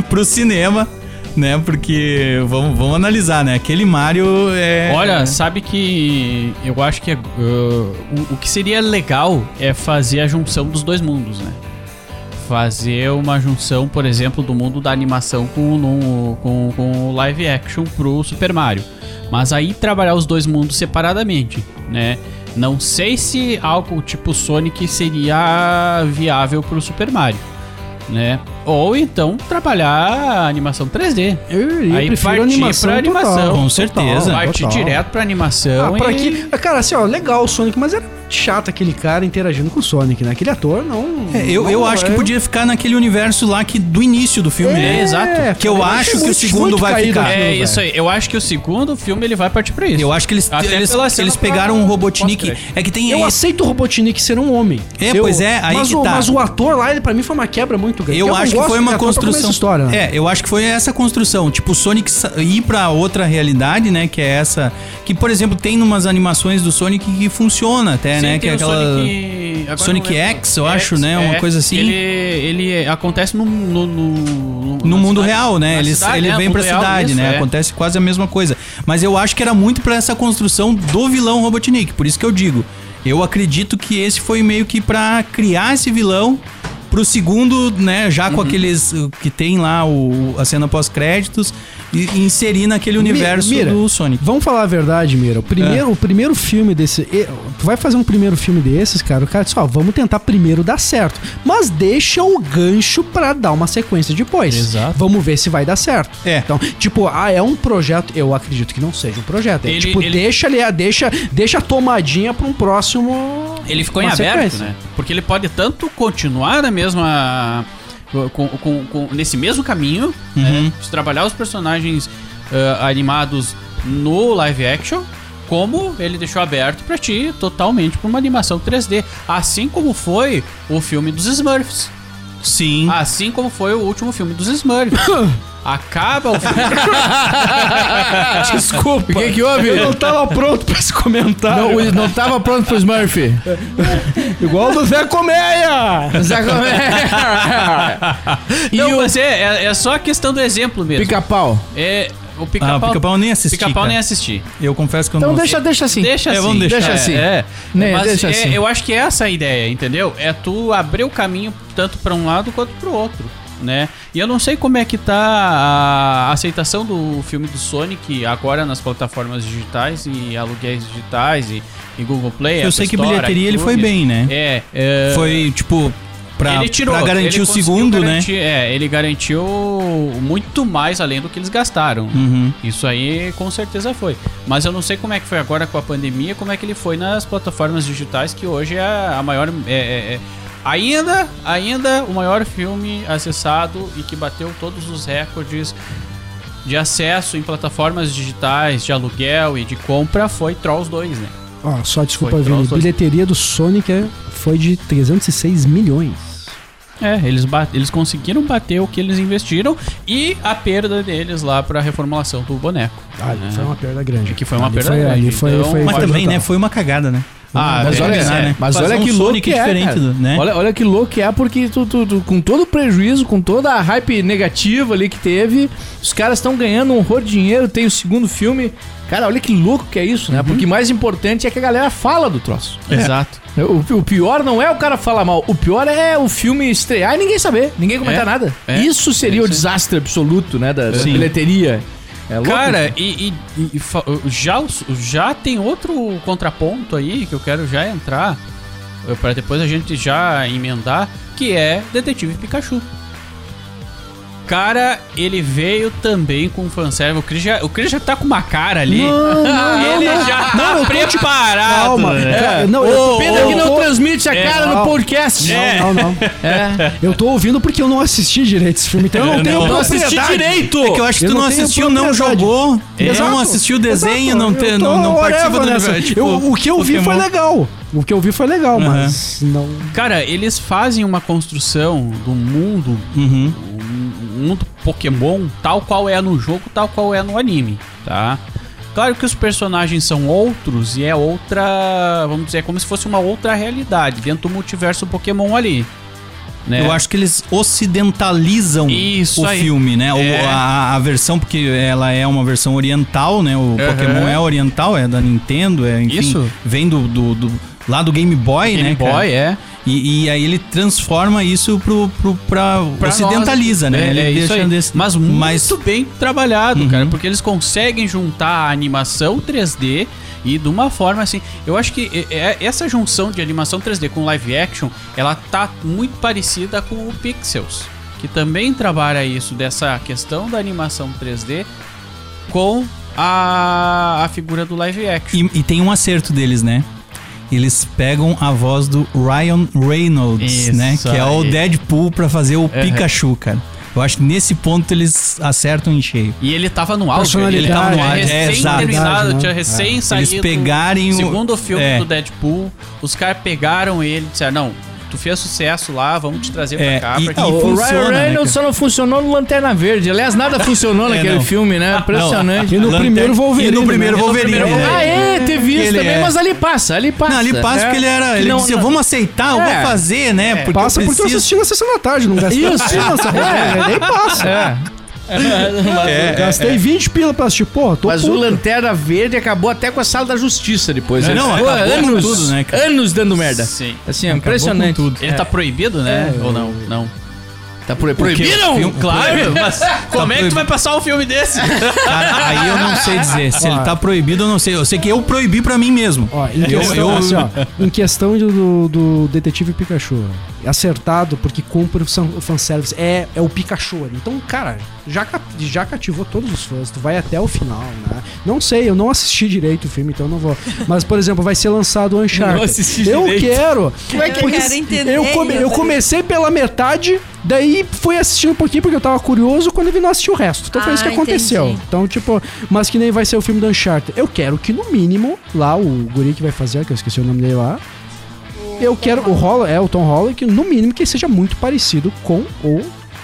Speaker 5: pro cinema, né? Porque vamos, vamos analisar, né? Aquele Mario é.
Speaker 6: Olha, sabe que eu acho que uh, o, o que seria legal é fazer a junção dos dois mundos, né? Fazer uma junção, por exemplo, do mundo da animação com, o no- com, com o live action pro Super Mario. Mas aí trabalhar os dois mundos separadamente, né? Não sei se algo tipo Sonic seria viável pro Super Mario, né? Ou então trabalhar a animação 3D.
Speaker 8: Eu, eu
Speaker 6: Aí
Speaker 8: prefiro
Speaker 6: partir
Speaker 8: animação
Speaker 6: pra
Speaker 8: total.
Speaker 6: animação.
Speaker 5: Com certeza.
Speaker 8: Total,
Speaker 6: Parte
Speaker 8: total.
Speaker 6: Então, direto pra
Speaker 8: Ah,
Speaker 6: animação.
Speaker 8: pra
Speaker 6: e-
Speaker 8: que... ah, Cara, assim, ó, legal o Sonic, mas era chato aquele cara interagindo com o Sonic, né? Aquele ator não.
Speaker 5: É, eu,
Speaker 8: não-
Speaker 5: eu acho que
Speaker 8: é-
Speaker 5: podia ficar naquele universo lá que do início do filme,
Speaker 8: É,
Speaker 5: né?
Speaker 8: exato.
Speaker 5: Que eu
Speaker 8: cara,
Speaker 5: acho que o
Speaker 8: muito-
Speaker 5: segundo
Speaker 8: muito
Speaker 5: vai
Speaker 8: caído
Speaker 5: ficar.
Speaker 8: aquilo,
Speaker 6: É
Speaker 8: velho.
Speaker 6: isso aí. Eu acho que o segundo filme ele vai partir pra isso.
Speaker 5: Eu acho que eles,
Speaker 6: Até
Speaker 5: eles,
Speaker 6: pela cena
Speaker 5: eles pegaram
Speaker 6: pra-
Speaker 5: um Robotnik.
Speaker 6: pós-crédito.
Speaker 5: É que tem
Speaker 8: Eu
Speaker 5: esse-
Speaker 8: aceito o Robotnik ser um homem.
Speaker 5: É,
Speaker 8: Eu-
Speaker 5: pois é, aí
Speaker 8: mas,
Speaker 5: que
Speaker 8: o,
Speaker 5: tá.
Speaker 8: mas o ator lá, ele pra mim foi uma quebra muito grande.
Speaker 5: Eu,
Speaker 8: não
Speaker 5: acho que
Speaker 8: gosto
Speaker 5: foi
Speaker 8: de
Speaker 5: uma
Speaker 8: ator pra começo de
Speaker 5: construção.
Speaker 8: história, né?
Speaker 5: É, eu acho que foi essa construção. Tipo, o Sonic sa- ir pra outra realidade, né? Que é essa. Que, por exemplo, tem umas animações do Sonic que funciona até,
Speaker 6: Sim,
Speaker 5: né?
Speaker 6: tem
Speaker 5: Que é
Speaker 6: o
Speaker 5: aquela.
Speaker 6: Sonic, agora
Speaker 5: Sonic
Speaker 6: não lembro. é.
Speaker 5: X, eu acho, né? Uma coisa assim.
Speaker 6: Ele, ele acontece no, no, no,
Speaker 5: No
Speaker 6: na
Speaker 5: mundo
Speaker 6: cidade-
Speaker 5: real, né?
Speaker 6: na
Speaker 5: Ele,
Speaker 6: cidade,
Speaker 5: ele
Speaker 6: né?
Speaker 5: vem
Speaker 6: No
Speaker 5: pra
Speaker 6: mundo real,
Speaker 5: cidade,
Speaker 6: isso,
Speaker 5: né?
Speaker 6: é.
Speaker 5: Acontece quase a mesma coisa. Mas eu acho que era muito pra essa construção do vilão Robotnik. Por isso que eu digo. Eu acredito que esse foi meio que pra criar esse vilão pro segundo, né? Já
Speaker 6: Uhum.
Speaker 5: com aqueles uh, que tem lá o, a cena pós-créditos e e inserir naquele
Speaker 8: Mi-
Speaker 5: universo
Speaker 8: Mira,
Speaker 5: do Sonic.
Speaker 8: Vamos falar a verdade, Mira. O
Speaker 5: É.
Speaker 8: primeiro, o primeiro filme desse. e- Tu vai fazer um primeiro filme desses, cara. O cara disse: Ó, vamos tentar primeiro dar certo. Mas deixa o gancho pra dar uma sequência depois.
Speaker 5: Exato.
Speaker 8: Vamos ver se vai dar certo.
Speaker 5: É.
Speaker 8: Então, tipo, ah, é um projeto. Eu acredito que não seja um projeto. É,
Speaker 6: Ele-
Speaker 8: tipo,
Speaker 6: ele-
Speaker 8: deixa ali, a- deixa, deixa a tomadinha pra um próximo.
Speaker 6: Ele ficou em
Speaker 8: uma
Speaker 6: aberto,
Speaker 8: sequência.
Speaker 6: né? Porque ele pode tanto continuar na mesma. com- com- com- nesse mesmo caminho, né? De trabalhar os personagens ah, animados no live action, como ele deixou aberto pra ti totalmente pra uma animação 3D. Assim como foi o filme dos Smurfs.
Speaker 5: Sim.
Speaker 6: Assim como foi o último filme dos Smurfs. Acaba o filme.
Speaker 4: Desculpa. O é que, que houve?
Speaker 8: Eu não tava pronto pra esse
Speaker 6: tá.
Speaker 8: comentário.
Speaker 4: Não, o- não tava pronto pro Smurf.
Speaker 8: Igual do Zé Comeia!
Speaker 4: Zé Comeia. E
Speaker 6: Não,
Speaker 4: o
Speaker 6: mas é, é, é só a questão do exemplo mesmo.
Speaker 4: pica-pau.
Speaker 6: É, o
Speaker 5: Ah,
Speaker 6: pica-pau.
Speaker 5: o pica-pau eu nem assisti.
Speaker 6: Pica-pau
Speaker 5: cara.
Speaker 6: nem assisti.
Speaker 5: Eu confesso que eu
Speaker 4: Então
Speaker 5: não
Speaker 4: deixa, deixa assim.
Speaker 6: Deixa
Speaker 5: É,
Speaker 6: assim.
Speaker 5: vamos deixar.
Speaker 6: é,
Speaker 4: Deixa assim.
Speaker 6: É.
Speaker 4: Né,
Speaker 6: Mas
Speaker 4: deixa
Speaker 6: é,
Speaker 4: assim.
Speaker 6: eu acho que é essa a ideia, entendeu? É tu abrir o caminho tanto pra um lado quanto pro outro, né? E eu não sei como é que tá a aceitação do filme do Sonic agora nas plataformas digitais e aluguéis digitais e, e Google Play.
Speaker 5: Eu
Speaker 6: Apple
Speaker 5: sei que
Speaker 6: Store,
Speaker 5: bilheteria ele foi
Speaker 6: iTunes.
Speaker 5: bem, né?
Speaker 6: É, é,
Speaker 5: Foi, tipo, pra,
Speaker 6: ele tirou,
Speaker 5: pra garantir
Speaker 6: ele
Speaker 5: o
Speaker 6: conseguiu
Speaker 5: segundo, né?
Speaker 6: garantir- É, ele garantiu muito mais além do que eles gastaram.
Speaker 5: né? Uhum.
Speaker 6: Isso aí com certeza foi. Mas eu não sei como é que foi agora com a pandemia, como é que ele foi nas plataformas digitais, que hoje é a maior. é- é- é- ainda, ainda o maior filme acessado e que bateu todos os recordes de acesso em plataformas digitais, de aluguel e de compra foi Trolls 2, né?
Speaker 8: Ó, só desculpa,
Speaker 6: Foi
Speaker 8: Vini.
Speaker 6: troço.
Speaker 8: Bilheteria do Sonic é- foi de 306 milhões.
Speaker 6: É, eles, ba- eles conseguiram bater o que eles investiram e a perda deles lá pra reformulação do boneco.
Speaker 8: Ah, ali foi uma perda grande.
Speaker 6: É. Que foi uma
Speaker 8: Ali
Speaker 6: perda
Speaker 8: foi-
Speaker 6: grande. então-
Speaker 8: ali foi- foi-
Speaker 5: Mas
Speaker 8: foi-
Speaker 5: também,
Speaker 8: total.
Speaker 5: né? Foi uma cagada, né?
Speaker 6: Ah,
Speaker 4: Mas
Speaker 6: é,
Speaker 4: olha,
Speaker 6: é,
Speaker 5: né?
Speaker 4: mas
Speaker 5: Fazer
Speaker 4: olha
Speaker 5: um
Speaker 4: que louco
Speaker 5: Sonic
Speaker 4: que é,
Speaker 5: diferente,
Speaker 4: cara.
Speaker 5: do- né?
Speaker 4: Olha, olha que louco que é, porque tu, tu- tu- com todo o prejuízo, com toda a hype negativa ali que teve, os caras estão ganhando um horror de dinheiro, tem o segundo filme. Cara, olha que louco que é isso, né? Porque o mais importante é que a galera fala do troço.
Speaker 6: Exato.
Speaker 4: O, o pior não é o cara falar mal, o pior é o filme estrear e ninguém saber, ninguém comentar
Speaker 6: É,
Speaker 4: nada.
Speaker 6: é.
Speaker 4: isso seria
Speaker 6: É
Speaker 4: o
Speaker 6: isso aí.
Speaker 4: desastre absoluto, né? Da, da
Speaker 5: Sim.
Speaker 4: bilheteria. É louco.
Speaker 6: Cara, e, e- e- e fa- já, os- já tem outro contraponto aí que eu quero já entrar, eh, pra depois a gente já emendar, que é Detetive Pikachu. Cara, ele veio também com um fanservice. O Chris já, o Chris já tá com uma cara ali. ele já tá preparado.
Speaker 8: Calma,
Speaker 6: né?
Speaker 8: cara, não,
Speaker 4: Ô,
Speaker 8: eu,
Speaker 4: Pena
Speaker 8: eu
Speaker 4: que não
Speaker 8: tô-
Speaker 4: transmite a cara no
Speaker 8: não.
Speaker 4: podcast.
Speaker 6: É.
Speaker 8: Não, não. Eu tô ouvindo porque eu não assisti direito esse filme, então eu não tenho
Speaker 5: não.
Speaker 8: propriedade.
Speaker 4: direito!
Speaker 5: É que eu acho que
Speaker 8: Eu
Speaker 5: tu não,
Speaker 8: não tenho
Speaker 5: assistiu, não
Speaker 8: propriedade.
Speaker 5: jogou, não
Speaker 8: Exato.
Speaker 5: assistiu o desenho,
Speaker 8: Exato,
Speaker 5: não,
Speaker 8: eu
Speaker 5: te,
Speaker 8: tô
Speaker 5: não, não
Speaker 8: whatever
Speaker 5: participa do
Speaker 8: nessa.
Speaker 5: universo. tipo,
Speaker 8: Eu- O que eu vi foi
Speaker 5: Pokémon.
Speaker 8: legal. O que eu vi foi legal,
Speaker 5: Aham.
Speaker 8: mas não.
Speaker 6: Cara, eles fazem uma construção do mundo
Speaker 5: Uhum.
Speaker 6: um mundo Pokémon tal qual é no jogo, tal qual é no anime, tá? Claro que os personagens são outros e é outra, vamos dizer, é como se fosse uma outra realidade dentro do multiverso Pokémon ali, né?
Speaker 5: Eu acho que eles ocidentalizam
Speaker 6: Isso
Speaker 5: o
Speaker 6: aí.
Speaker 5: filme, né? O-
Speaker 6: É.
Speaker 5: a, a versão, porque ela é uma versão oriental, né? O Pokémon é oriental, é da Nintendo, é, enfim,
Speaker 6: Isso.
Speaker 5: vem do, do- do- lá do Game Boy,
Speaker 6: Game
Speaker 5: né? cara?
Speaker 6: Boy é.
Speaker 5: E, e aí ele transforma isso pro, pro, pra,
Speaker 6: Pra
Speaker 5: ocidentaliza,
Speaker 6: nós,
Speaker 5: né? ele
Speaker 6: É, é isso aí.
Speaker 5: desse-
Speaker 6: Mas muito
Speaker 5: mas-
Speaker 6: bem trabalhado,
Speaker 5: Uhum.
Speaker 6: cara, porque eles conseguem juntar a animação 3D e de uma forma assim, eu acho que é- é- essa junção de animação 3D com live action, ela tá muito parecida com o Pixels, que também trabalha isso dessa questão da animação 3D com a, a figura do live action.
Speaker 5: E, e tem um acerto deles, né? Eles pegam a voz do Ryan Reynolds,
Speaker 6: Isso
Speaker 5: né? Que é o
Speaker 6: aí.
Speaker 5: Deadpool pra fazer o Pikachu, cara. Eu acho que nesse ponto eles acertam em cheio.
Speaker 6: E ele tava no auge,
Speaker 8: Personalidade,
Speaker 6: ele tava no
Speaker 5: é,
Speaker 6: auge,
Speaker 5: é,
Speaker 6: recém
Speaker 5: exato. É.
Speaker 6: terminado,
Speaker 8: Verdade,
Speaker 6: tinha
Speaker 8: né?
Speaker 6: recém
Speaker 5: Eles
Speaker 6: saído.
Speaker 5: pegarem o.
Speaker 6: Segundo filme
Speaker 5: é,
Speaker 6: um do Deadpool, os caras pegaram ele e disseram: Não, tu fez sucesso lá, vamos te trazer pra
Speaker 5: É,
Speaker 6: cá.
Speaker 5: e-
Speaker 6: pra que-
Speaker 4: Ah, o
Speaker 5: funciona,
Speaker 4: Ryan
Speaker 5: né,
Speaker 4: Reynolds
Speaker 5: cara?
Speaker 4: só não funcionou no Lanterna Verde. Aliás, nada funcionou
Speaker 5: É,
Speaker 4: naquele
Speaker 5: não.
Speaker 4: filme, né? Impressionante.
Speaker 8: E no
Speaker 5: Lanterna-
Speaker 8: primeiro Wolverine.
Speaker 5: E no
Speaker 8: né?
Speaker 5: primeiro Wolverine.
Speaker 6: primeiro
Speaker 5: né?
Speaker 4: Ah, é, teve isso
Speaker 5: Ele
Speaker 4: também,
Speaker 5: é.
Speaker 4: mas ali passa, ali passa. É.
Speaker 5: Não, ali passa porque ele
Speaker 8: É.
Speaker 5: era. Ele
Speaker 4: não-
Speaker 5: disse:
Speaker 4: não-
Speaker 5: eu vamos aceitar, eu
Speaker 4: É.
Speaker 5: vou fazer, né? Porque
Speaker 8: Passa
Speaker 5: eu
Speaker 8: porque eu
Speaker 5: preciso.
Speaker 8: assisti na sessão da tarde, não gastei
Speaker 4: Isso.
Speaker 8: pila nessa porra, nem passa.
Speaker 4: É,
Speaker 6: É.
Speaker 8: É, gastei 20 pila pra assistir, porra, tô
Speaker 4: mas
Speaker 8: puto.
Speaker 4: o Lanterna Verde acabou até com a sala da justiça depois.
Speaker 5: É,
Speaker 4: Ele
Speaker 5: não,
Speaker 4: ficou
Speaker 5: acabou com
Speaker 4: anos,
Speaker 5: tudo, né, cara?
Speaker 4: anos dando merda.
Speaker 6: Sim.
Speaker 4: Assim, é impressionante.
Speaker 5: tudo.
Speaker 6: Ele tá proibido, né? Ou não? Não.
Speaker 4: Tá pro-
Speaker 5: O
Speaker 4: proibido?
Speaker 5: filme-
Speaker 6: Claro, mas como é que
Speaker 5: proibido.
Speaker 6: tu vai passar um filme desse?
Speaker 5: Cara, Ah, aí eu não sei dizer. Se ele tá proibido, eu não sei. Eu sei que eu proibi pra mim mesmo.
Speaker 8: Ó, em
Speaker 5: Eu-
Speaker 8: questão,
Speaker 5: eu-
Speaker 8: assim, ó, em questão de- do, do Detetive Pikachu, acertado, porque cumpre o san- o fanservice, é, é o Pikachu ali. Então, cara, já, ca- já cativou todos os fãs, tu vai até o final, né? Não sei, eu não assisti direito o filme, então eu não vou. Mas, por exemplo, vai ser lançado o Uncharted.
Speaker 4: Não assisti
Speaker 8: eu
Speaker 4: direito.
Speaker 8: quero!
Speaker 7: é que eu
Speaker 8: porque
Speaker 7: quero entender
Speaker 8: eu come-
Speaker 7: isso
Speaker 8: eu
Speaker 7: aí?
Speaker 8: comecei pela metade, daí fui assistindo um pouquinho porque eu tava curioso, quando eu vi não assisti o resto. Então foi
Speaker 7: Ah,
Speaker 8: isso que aconteceu.
Speaker 7: entendi.
Speaker 8: Então, tipo, mas que nem vai ser o filme do Uncharted. Eu quero que, no mínimo, lá o guri que vai fazer, que eu esqueci o nome dele lá. Eu quero o Holland, é o Tom Holland, que no mínimo que ele seja muito parecido com o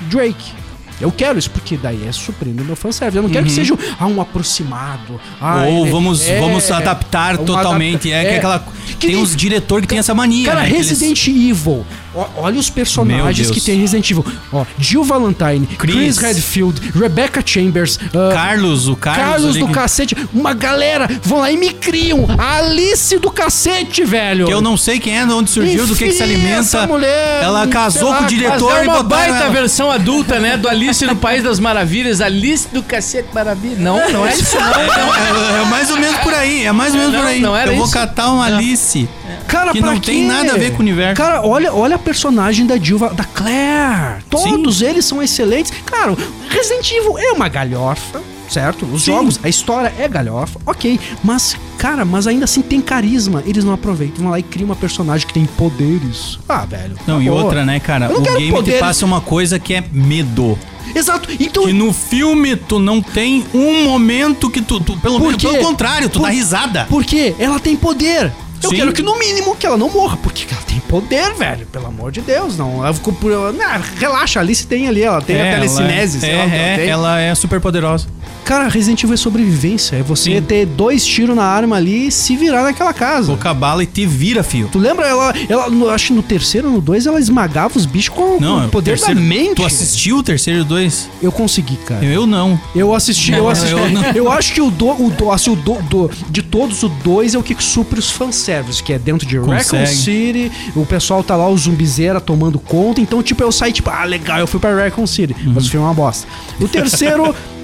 Speaker 8: Drake. Eu quero isso, porque daí é suprindo meu fanservice. Eu não quero que seja ah, um aproximado. ah,
Speaker 5: Uhum. Ou
Speaker 8: ele-
Speaker 5: vamos,
Speaker 8: é,
Speaker 5: vamos adaptar
Speaker 8: uma
Speaker 5: totalmente.
Speaker 8: adapta-
Speaker 5: é, que aquela.
Speaker 8: Que
Speaker 5: tem
Speaker 8: nem-
Speaker 5: uns diretores que tem essa mania.
Speaker 8: Cara,
Speaker 5: né, que eles-
Speaker 8: Resident Evil. Ó, olha os personagens
Speaker 5: Meu Deus.
Speaker 8: que tem Resident Evil. Ó, Jill Valentine,
Speaker 5: Chris.
Speaker 8: Chris, Redfield, Rebecca Chambers, ah,
Speaker 5: Carlos, o Carlos.
Speaker 8: Carlos
Speaker 5: ali
Speaker 8: do
Speaker 5: que-
Speaker 8: cacete. Uma galera vão lá e me criam. A Alice do cacete, velho.
Speaker 5: Que eu não sei quem é, de onde surgiu, do que, que se
Speaker 8: Enfia essa
Speaker 5: alimenta.
Speaker 8: mulher,
Speaker 5: Ela
Speaker 8: sei
Speaker 5: casou
Speaker 8: lá,
Speaker 5: com o diretor
Speaker 4: Mas é
Speaker 5: e
Speaker 4: uma
Speaker 5: botaram
Speaker 4: baita
Speaker 5: ela.
Speaker 4: versão adulta, né? Do Alice no País das Maravilhas. Alice do Cacete Maravilha. Não, não é isso.
Speaker 5: É, é mais ou menos por aí, é mais ou menos
Speaker 4: Não,
Speaker 5: por aí.
Speaker 4: não era
Speaker 5: eu vou
Speaker 4: isso.
Speaker 5: catar uma Alice.
Speaker 8: Cara,
Speaker 5: que
Speaker 8: pra
Speaker 5: não
Speaker 8: quê?
Speaker 5: tem nada a ver com o universo.
Speaker 8: Cara, olha, olha a personagem da Dilva, da Claire. Todos eles são excelentes. Claro, Resident Evil é uma galhofa, certo? Os jogos, a história é galhofa, ok. Mas, cara, mas ainda assim tem carisma. Eles não aproveitam. Vão lá e criam uma personagem que tem poderes. Ah, velho.
Speaker 5: Não,
Speaker 8: tá
Speaker 5: e
Speaker 8: boa.
Speaker 5: outra, né, cara?
Speaker 8: Eu não
Speaker 5: O
Speaker 8: quero
Speaker 5: game te
Speaker 8: poderes.
Speaker 5: passa uma coisa que é medo.
Speaker 8: Exato. Então,
Speaker 5: Que no filme tu não tem um momento que tu. tu- pelo
Speaker 8: Por
Speaker 5: menos, pelo
Speaker 8: quê?
Speaker 5: contrário, tu
Speaker 8: Por-
Speaker 5: dá risada.
Speaker 8: por quê? Ela tem poder. Eu
Speaker 5: Sim.
Speaker 8: quero que no mínimo que ela não morra, porque ela tem poder, velho. Pelo amor de Deus, não. Ela ficou por. ela- Ah, relaxa, a Alice tem ali, ela tem a telecinese,
Speaker 5: ela,
Speaker 8: sei
Speaker 5: é,
Speaker 8: lá o que ela
Speaker 5: é,
Speaker 8: tem.
Speaker 5: ela é super poderosa.
Speaker 8: Cara, Resident Evil é sobrevivência. É você
Speaker 5: Sim.
Speaker 8: ter dois tiros na arma ali e se virar naquela casa.
Speaker 5: Toca a bala e te vira, fio.
Speaker 8: Tu lembra? Ela, ela no- acho que no terceiro ou no dois, ela esmagava os bichos com, com
Speaker 5: Não, é
Speaker 8: o poder
Speaker 5: terceiro,
Speaker 8: da mente.
Speaker 5: Tu assistiu o terceiro 2?
Speaker 8: Eu consegui, cara.
Speaker 5: Eu não.
Speaker 8: Eu assisti, eu
Speaker 5: Não,
Speaker 8: assisti.
Speaker 5: eu
Speaker 8: Eu,
Speaker 5: não.
Speaker 8: acho que o do, o do, assim, o do, do- de todos, o dois é o que supre os fanservice, que é dentro de Raccoon
Speaker 5: Consegue.
Speaker 8: City, o pessoal tá lá, o zumbizeira tomando conta, então, tipo, eu saí, tipo, ah, legal, eu fui pra Raccoon City,
Speaker 5: Uhum.
Speaker 8: mas o filme é uma bosta. O terceiro... é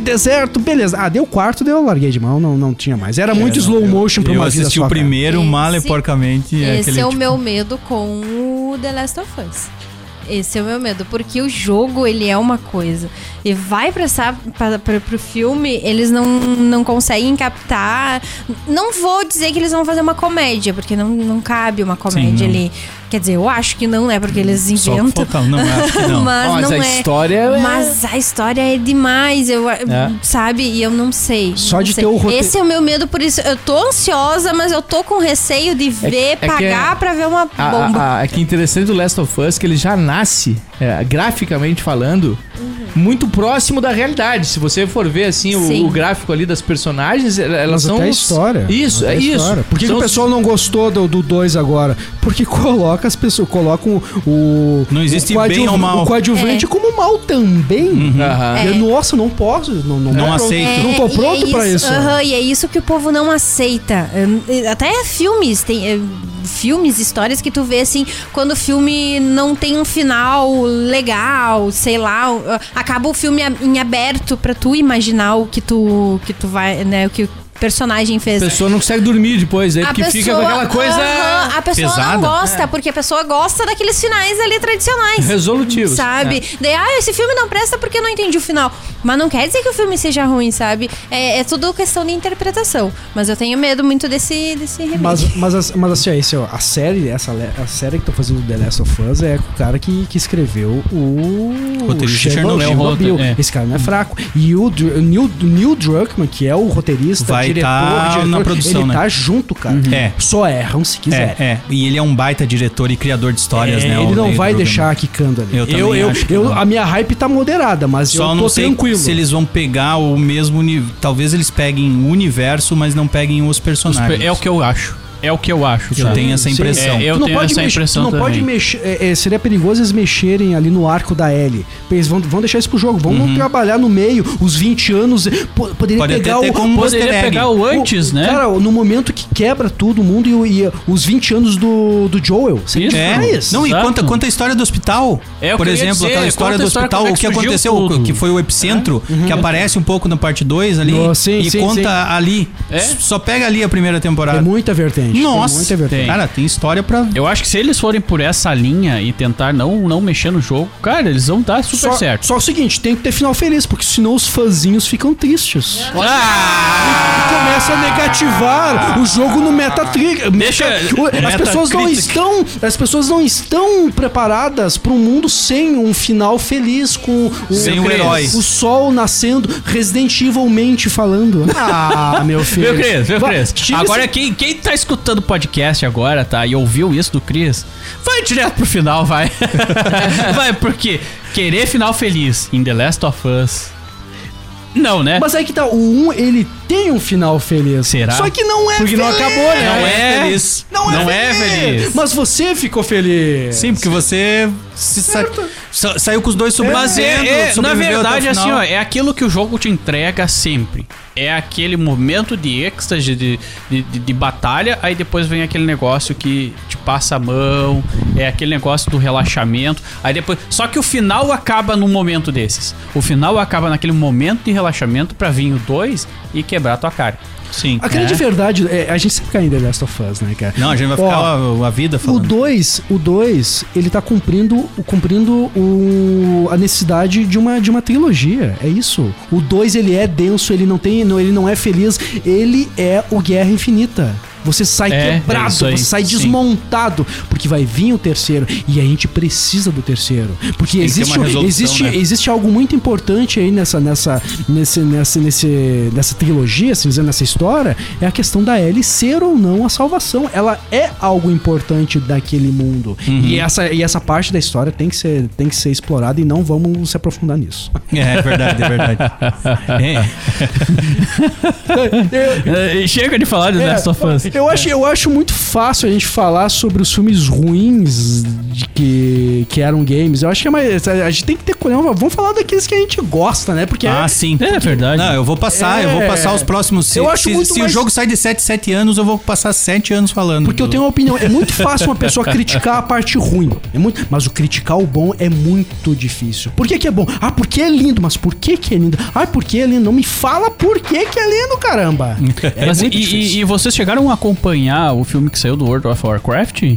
Speaker 8: Deserto, beleza. Ah, deu quarto, daí eu larguei de mão, não, não tinha mais. Era muito slow motion pra
Speaker 5: É, Eu
Speaker 8: uma vida
Speaker 5: assisti
Speaker 8: só,
Speaker 5: o
Speaker 8: cara.
Speaker 5: primeiro,
Speaker 1: Esse-
Speaker 5: male porcamente. é
Speaker 1: Esse
Speaker 5: aquele
Speaker 1: é o
Speaker 5: tipo-
Speaker 1: meu medo com o The Last of Us. Esse é o meu medo, porque o jogo ele é uma coisa. E vai pra, essa- pra, pra, pro filme, eles não, não conseguem captar. Não vou dizer que eles vão fazer uma comédia, porque não, não cabe uma comédia
Speaker 5: não.
Speaker 1: ali. Quer dizer, eu acho que não, né? Porque eles
Speaker 5: Só que
Speaker 1: inventam.
Speaker 5: faltava- não, acho que não.
Speaker 1: Mas,
Speaker 4: Mas
Speaker 1: não
Speaker 4: a
Speaker 1: é.
Speaker 4: história é-
Speaker 1: Mas a história é demais, eu, sabe? E eu não sei.
Speaker 8: Só
Speaker 1: não
Speaker 8: de
Speaker 1: sei.
Speaker 8: ter o rote-
Speaker 1: Esse é o meu medo, por isso. Eu tô ansiosa, mas eu tô com receio de
Speaker 4: É-
Speaker 1: ver,
Speaker 4: é que
Speaker 1: pagar
Speaker 4: é-
Speaker 1: pra ver uma
Speaker 4: A-
Speaker 1: bomba.
Speaker 4: a- a- é que interessante do Last of Us que ele já nasce, é, graficamente falando, muito próximo da realidade. Se você for ver assim
Speaker 1: Uhum. Sim.
Speaker 4: o, o gráfico ali das personagens, el- elas
Speaker 8: Mas
Speaker 4: são.
Speaker 8: até a
Speaker 4: os-
Speaker 8: história.
Speaker 4: Isso,
Speaker 8: até
Speaker 4: é
Speaker 8: a história.
Speaker 4: isso.
Speaker 8: Por que, que
Speaker 4: São
Speaker 8: o
Speaker 4: os-
Speaker 8: pessoal não gostou do 2 dois agora? Porque coloca as pessoas, colocam o.
Speaker 5: Não existe
Speaker 8: o coadju-
Speaker 5: bem ou mal. Uhum.
Speaker 8: O
Speaker 1: É.
Speaker 8: coadjuvante como mal também.
Speaker 4: Aham.
Speaker 8: E, Nossa, não posso. Não,
Speaker 5: Não
Speaker 8: não, tô pronto,
Speaker 5: aceito.
Speaker 8: Não tô
Speaker 1: e
Speaker 8: pronto
Speaker 1: é
Speaker 8: pra isso.
Speaker 1: aham, e é isso que o povo não aceita. É, Até filmes, tem é, filmes, histórias que tu vê assim, quando o filme não tem um final legal, sei lá, o- eh, acaba o filme a- em aberto pra tu imaginar o que tu que tu vai, né, o que o personagem
Speaker 4: A
Speaker 1: fez.
Speaker 4: pessoa não consegue dormir depois, aí porque É fica com aquela coisa É.
Speaker 1: aham, a pessoa
Speaker 5: pesada.
Speaker 1: não gosta, porque a pessoa gosta daqueles finais ali tradicionais.
Speaker 4: resolutiva.
Speaker 1: Sabe?
Speaker 4: É.
Speaker 1: Daí, ah, esse filme não presta porque eu não entendi o final. Mas não quer dizer que o filme seja ruim, sabe? É, é tudo questão de interpretação. Mas eu tenho medo muito desse, desse remake.
Speaker 8: Mas, mas, as- mas assim, ó, esse, ó, a série, essa, le- a série que tô fazendo do The Last of Us é com o cara que, que escreveu o.
Speaker 5: Roteirista de
Speaker 8: Cherno-
Speaker 5: Chernobyl,
Speaker 8: Chernobyl.
Speaker 5: é.
Speaker 8: Esse cara não é fraco. E o, Dr- o Neil, o Neil Druckmann, que é o roteirista,
Speaker 5: Vai tá
Speaker 8: diretor,
Speaker 5: na produção,
Speaker 8: ele
Speaker 5: né?
Speaker 8: tá junto, cara.
Speaker 5: É.
Speaker 8: Só erram se
Speaker 5: É,
Speaker 8: quiser.
Speaker 5: é. E ele é um baita diretor e criador de histórias,
Speaker 8: É,
Speaker 5: né?
Speaker 8: ele
Speaker 5: o
Speaker 8: não
Speaker 5: Neil
Speaker 8: vai
Speaker 5: Druckmann.
Speaker 8: deixar quicando ali.
Speaker 5: Eu também
Speaker 8: eu,
Speaker 5: acho que não.
Speaker 8: A minha hype tá moderada, mas
Speaker 5: Só
Speaker 8: eu tô
Speaker 5: não sei
Speaker 8: tranquilo.
Speaker 5: se eles vão pegar o mesmo nível. Talvez eles peguem o universo, mas não peguem os
Speaker 6: Os
Speaker 5: personagens.
Speaker 6: pe- É o que eu acho. É o que eu acho.
Speaker 5: Eu
Speaker 6: sabe?
Speaker 5: tenho essa
Speaker 8: Sim.
Speaker 5: impressão.
Speaker 6: É, eu
Speaker 8: Tu não
Speaker 6: tenho
Speaker 8: pode
Speaker 6: essa
Speaker 8: mexer-
Speaker 6: impressão
Speaker 8: tu não pode
Speaker 6: também.
Speaker 8: mexer. é, é, seria perigoso eles mexerem ali no arco da L. Eles vão, vão deixar isso pro jogo. Vamos
Speaker 5: Uhum.
Speaker 8: trabalhar no meio, os 20 anos. é, po- Poderia
Speaker 5: Pode até
Speaker 8: pegar
Speaker 5: ter
Speaker 8: o.
Speaker 5: como
Speaker 6: Poderia
Speaker 5: easter egg.
Speaker 6: pegar o antes,
Speaker 8: o-
Speaker 6: né?
Speaker 8: Cara, no momento que quebra tudo, o mundo e, o- e os 20 anos do, do Joel. Seria
Speaker 6: Isso.
Speaker 5: É.
Speaker 8: demais.
Speaker 5: Não, e
Speaker 6: Exato.
Speaker 5: conta, conta a história do hospital.
Speaker 6: É, eu
Speaker 5: Por
Speaker 6: queria
Speaker 5: exemplo,
Speaker 6: dizer,
Speaker 5: aquela história
Speaker 6: conta
Speaker 5: do
Speaker 6: a história
Speaker 5: hospital,
Speaker 6: como é
Speaker 5: o
Speaker 6: que
Speaker 5: que
Speaker 6: surgiu
Speaker 5: aconteceu,
Speaker 6: tudo.
Speaker 5: que foi o epicentro, que aparece um pouco na parte 2 ali.
Speaker 8: Oh, Uhum. sim,
Speaker 5: e
Speaker 8: sim,
Speaker 5: conta ali.
Speaker 6: É.
Speaker 5: Só pega ali a primeira
Speaker 8: Tem
Speaker 5: temporada.
Speaker 8: É muita vertente. tem
Speaker 5: Nossa,
Speaker 8: muita vertente.
Speaker 5: cara, tem história pra.
Speaker 6: Eu acho que se eles forem por essa linha e tentar não, não mexer no jogo, cara, eles vão dar super
Speaker 8: Só,
Speaker 6: certo.
Speaker 8: só o seguinte, tem que ter final feliz, porque senão os fãzinhos ficam tristes.
Speaker 6: Ah!
Speaker 8: começa a negativar o jogo no Metatrix.
Speaker 6: Deixa-
Speaker 8: O- As pessoas não
Speaker 5: Metacritic.
Speaker 8: estão, as pessoas não estão preparadas para um mundo sem um final feliz com o,
Speaker 5: Sem um
Speaker 8: o
Speaker 5: herói.
Speaker 8: sol nascendo, Resident Evilmente falando. Ah, meu filho.
Speaker 6: Meu Cris, meu
Speaker 8: Vai,
Speaker 6: Cris.
Speaker 8: tira
Speaker 6: Agora,
Speaker 8: esse-
Speaker 6: quem, quem tá escutando o podcast agora, tá? E ouviu isso do Cris, vai direto pro final, vai. vai, porque querer final feliz em The Last of Us. Não, né?
Speaker 8: Mas aí que tá, o 1 ele tem um final feliz.
Speaker 6: Será?
Speaker 8: Só que não é
Speaker 6: Porque não acabou, né? Não é feliz.
Speaker 8: Não é,
Speaker 6: Não é
Speaker 8: feliz.
Speaker 6: feliz.
Speaker 8: Mas você ficou feliz.
Speaker 5: Sim, porque você se sa- sa- saiu com os dois sobrevivendo.
Speaker 6: Mas é, é- na
Speaker 5: sobreviveu até o
Speaker 6: verdade,
Speaker 5: final.
Speaker 6: assim, ó, é aquilo que o jogo te entrega sempre. É aquele momento de êxtase, de, de, de- de batalha, aí depois vem aquele negócio que te passa a mão, é aquele negócio do relaxamento, aí depois. Só que o final acaba num momento desses. O final acaba naquele momento de relaxamento pra vir o 2 e quebrar tua cara.
Speaker 5: Sim.
Speaker 8: A grande
Speaker 5: É.
Speaker 8: verdade é, a gente sempre cai em The Last of Us, né, cara?
Speaker 5: Não, a gente vai ficar a, a vida
Speaker 8: O
Speaker 5: falando.
Speaker 8: 2, o 2, ele tá cumprindo, o- cumprindo o, a necessidade de uma, de uma trilogia. É isso. O 2 ele é denso, ele não tem, não, ele não é feliz, ele é o Guerra Infinita. Você sai
Speaker 6: É, é
Speaker 8: quebrado,
Speaker 6: isso aí,
Speaker 8: você sai
Speaker 6: sim.
Speaker 8: desmontado, porque vai vir o terceiro e a gente precisa do terceiro, porque
Speaker 5: que ter
Speaker 8: existe, um,
Speaker 5: uma resolução,
Speaker 8: existe,
Speaker 5: né?
Speaker 8: existe algo muito importante aí nessa nessa nesse, nessa nesse nessa trilogia, se dizendo nessa história, é a questão da Ellie ser ou não a salvação. Ela é algo importante daquele mundo.
Speaker 5: Uhum.
Speaker 8: E essa e essa parte da história tem que ser tem que ser explorada e não vamos se aprofundar nisso.
Speaker 5: É, é verdade, é verdade. É.
Speaker 6: Chega de falar de
Speaker 8: É.
Speaker 6: The Last of Us.
Speaker 8: Eu acho, eu acho muito fácil a gente falar sobre os filmes ruins de que, que eram games. Eu acho que é mais. A gente tem que ter colher. Vamos falar daqueles que a gente gosta, né? Porque
Speaker 5: Ah, sim.
Speaker 6: É verdade.
Speaker 5: Não, eu vou passar, eu vou passar os próximos. Se,
Speaker 8: Eu acho
Speaker 5: se,
Speaker 8: muito
Speaker 5: se
Speaker 8: mais-
Speaker 5: o jogo sai de 7, 7 anos, eu vou passar 7 anos falando.
Speaker 8: Porque eu tenho uma opinião. É muito fácil uma pessoa criticar a parte ruim. É muito, mas o criticar o bom é muito difícil. Por que, que é bom? Ah, porque é lindo. Mas por que, que é lindo? Ah, porque é lindo. Não me fala por que, que é lindo, caramba.
Speaker 5: Então,
Speaker 8: É
Speaker 6: Mas
Speaker 8: muito
Speaker 6: e-
Speaker 8: difícil.
Speaker 6: e, e vocês chegaram a acompanhar o filme que saiu do World of Warcraft?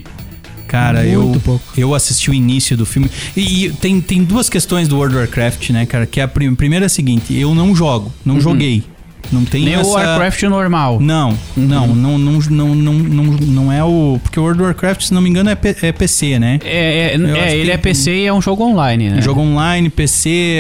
Speaker 5: Cara,
Speaker 8: Muito
Speaker 5: eu,
Speaker 8: pouco.
Speaker 5: eu assisti o início do filme. E, e tem, tem duas questões do World of Warcraft, né, cara? Que a prim- primeira é a seguinte: eu não jogo, não joguei. Não tem
Speaker 6: Uhum. Nem
Speaker 5: essa...
Speaker 6: o Warcraft Uhum. normal.
Speaker 5: Não, não, não, não, não, não, não, não é o. Porque o World of Warcraft, se não me engano, é, P- é PC, né?
Speaker 6: É, é,
Speaker 5: Eu acho
Speaker 6: é, ele
Speaker 5: que-
Speaker 6: é PC e é um jogo online, né?
Speaker 5: Jogo online, PC,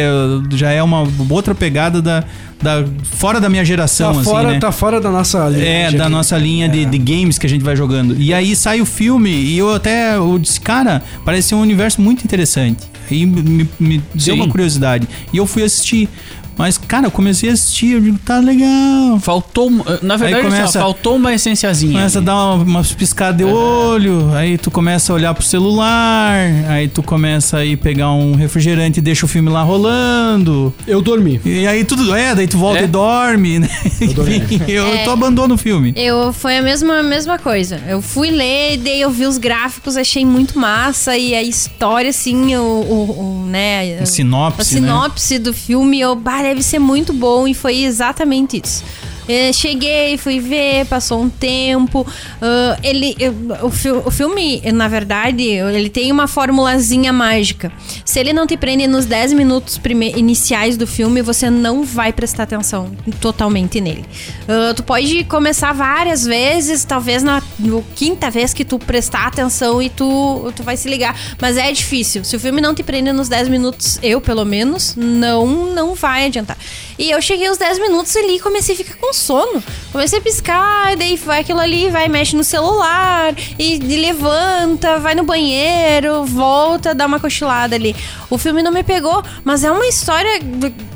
Speaker 5: já é uma outra pegada da. da fora da minha
Speaker 8: Tá,
Speaker 5: geração, assim.
Speaker 8: fora,
Speaker 5: né?
Speaker 8: tá fora da nossa
Speaker 5: É,
Speaker 8: linha.
Speaker 5: da nossa linha de, de games que a gente vai jogando. E aí sai o filme e eu até eu disse, cara, parece um universo muito interessante. Aí me, me deu
Speaker 6: Sim.
Speaker 5: uma curiosidade. E eu fui assistir. Mas, cara, eu comecei a assistir, eu digo, tá legal.
Speaker 6: Faltou, um- na verdade, assim, ó,
Speaker 5: começa-
Speaker 6: faltou uma essenciazinha.
Speaker 5: Começa a
Speaker 6: ali.
Speaker 5: dar uma- umas piscadas de olho, aí tu começa a olhar pro celular, aí tu começa a ir pegar um refrigerante e deixa o filme lá rolando.
Speaker 8: Eu dormi.
Speaker 5: E aí tudo é, daí tu volta
Speaker 6: É.
Speaker 5: e dorme, né? Enfim, eu,
Speaker 1: É.
Speaker 5: tu abandona o filme.
Speaker 1: Eu, foi a mesma, a mesma coisa. Eu fui ler, daí eu vi os gráficos, achei muito massa. E a história, assim, o, o- o, né,
Speaker 5: A sinopse,
Speaker 1: a sinopse do filme, eu, bah, deve ser muito bom. E foi exatamente isso. Eh, cheguei, fui ver, passou um tempo. ah, ele, eu- o, fil- o filme, na verdade, ele tem uma formulazinha mágica. Se ele não te prende nos 10 minutos prime- iniciais do filme, você não vai prestar atenção totalmente nele. Ah, tu pode começar várias vezes, talvez na no quinta vez que tu prestar atenção e tu, tu vai se ligar. Mas é difícil. Se o filme não te prende nos 10 minutos, eu pelo menos, não não vai adiantar. E eu cheguei aos 10 minutos ali e comecei a ficar com sono. Comecei a piscar, e daí vai aquilo ali, vai, mexe no celular, e, e levanta, vai no banheiro, volta, dá uma cochilada ali. O filme não me pegou, mas é uma história.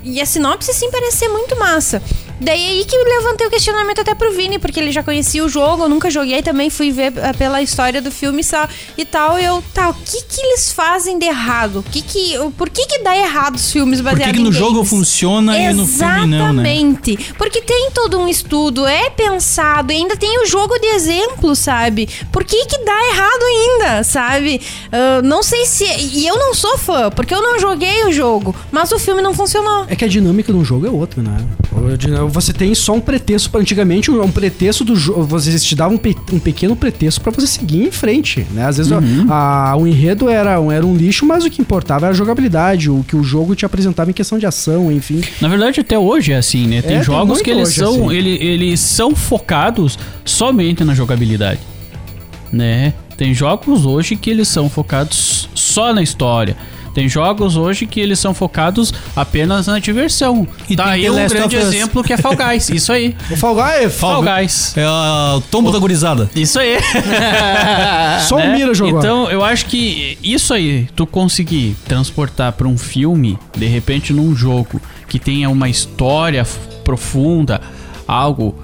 Speaker 1: E a sinopse sim parece ser muito massa. Daí aí que eu levantei o questionamento até pro Vini, porque ele já conhecia o jogo, eu nunca joguei também, fui ver eh, pela história do filme e sa- e tal. E eu, tá, o que que eles fazem de errado? O que que, o- por que que dá errado os filmes
Speaker 5: Por que,
Speaker 1: baseados
Speaker 5: que
Speaker 1: em
Speaker 5: no
Speaker 1: games?
Speaker 5: jogo funciona e no filme não, né?
Speaker 1: Exatamente. Porque tem todo um estudo, é pensado, e ainda tem o jogo de exemplo, sabe? Por que que dá errado ainda, sabe? Ah, não sei se... E eu não sou fã, porque eu não joguei o jogo, mas o filme não funcionou.
Speaker 8: É que a dinâmica de um jogo é outra, né? eu digo, Você tem só um pretexto para antigamente, um um pretexto do jogo. Vocês te davam um, pe- um pequeno pretexto para você seguir em frente, né? Às vezes a- o enredo era, um- era um lixo, mas o que importava era a jogabilidade, o que o jogo te apresentava em questão de ação, enfim.
Speaker 6: Na verdade, até hoje é assim, né? Tem
Speaker 8: tem
Speaker 6: jogos
Speaker 8: muito
Speaker 6: que eles
Speaker 8: hoje
Speaker 6: são,
Speaker 8: assim.
Speaker 6: ele- eles são focados somente na jogabilidade, né? Tem jogos hoje que eles são focados só na história. Tem jogos hoje que eles são focados apenas na diversão.
Speaker 5: E
Speaker 6: tá
Speaker 5: tem
Speaker 6: aí
Speaker 5: The
Speaker 6: um
Speaker 5: Last
Speaker 6: grande
Speaker 5: of Us.
Speaker 6: exemplo que é Fall Guys. Isso aí.
Speaker 8: O Fall Guys,
Speaker 6: Fall Guys.
Speaker 5: É ah, o tombo da gurizada.
Speaker 6: Isso aí.
Speaker 8: Só o Mira jogou.
Speaker 6: Então, eu acho que isso aí, tu conseguir transportar pra um filme, de repente num jogo que tenha uma história f- profunda, algo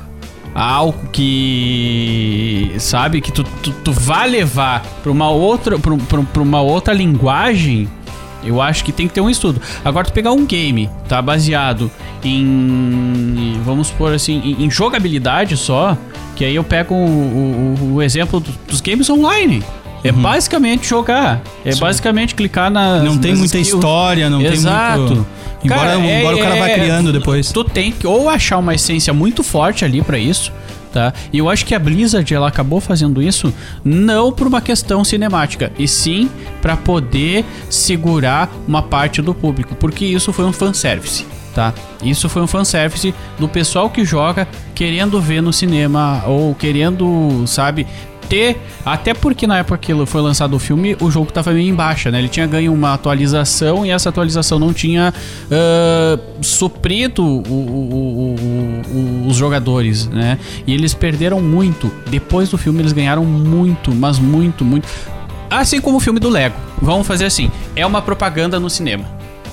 Speaker 6: algo que sabe que tu, tu, tu vai levar pra uma outra pra, um- pra um- pra uma outra linguagem eu acho que tem que ter um estudo agora tu pegar um game tá baseado em vamos por assim em, em jogabilidade só que aí eu pego o, o- o exemplo do- dos games online é basicamente jogar é basicamente clicar na
Speaker 5: Uhum. Não tem
Speaker 6: nas
Speaker 5: muita
Speaker 6: skills. né?
Speaker 5: história, não
Speaker 6: Exato.
Speaker 5: tem muito. Embora,
Speaker 6: Cara, é-
Speaker 5: embora o cara vá
Speaker 6: é-
Speaker 5: criando depois.
Speaker 6: Tu tem que ou achar uma essência muito forte ali pra isso, tá? E eu acho que a Blizzard ela acabou fazendo isso não por uma questão cinemática, e sim pra poder segurar uma parte do público, porque isso foi um fanservice. Tá? Isso foi um fanservice do pessoal que joga querendo ver no cinema ou querendo, sabe, ter. Até porque na época que foi lançado o filme, o jogo tava meio em baixa, né? Ele tinha ganho uma atualização e essa atualização não tinha ah, suprido o- o- o- o- os jogadores, né? E eles perderam muito. Depois do filme, eles ganharam muito, mas muito, muito. Assim como o filme do Lego. Vamos fazer assim: é uma propaganda no cinema.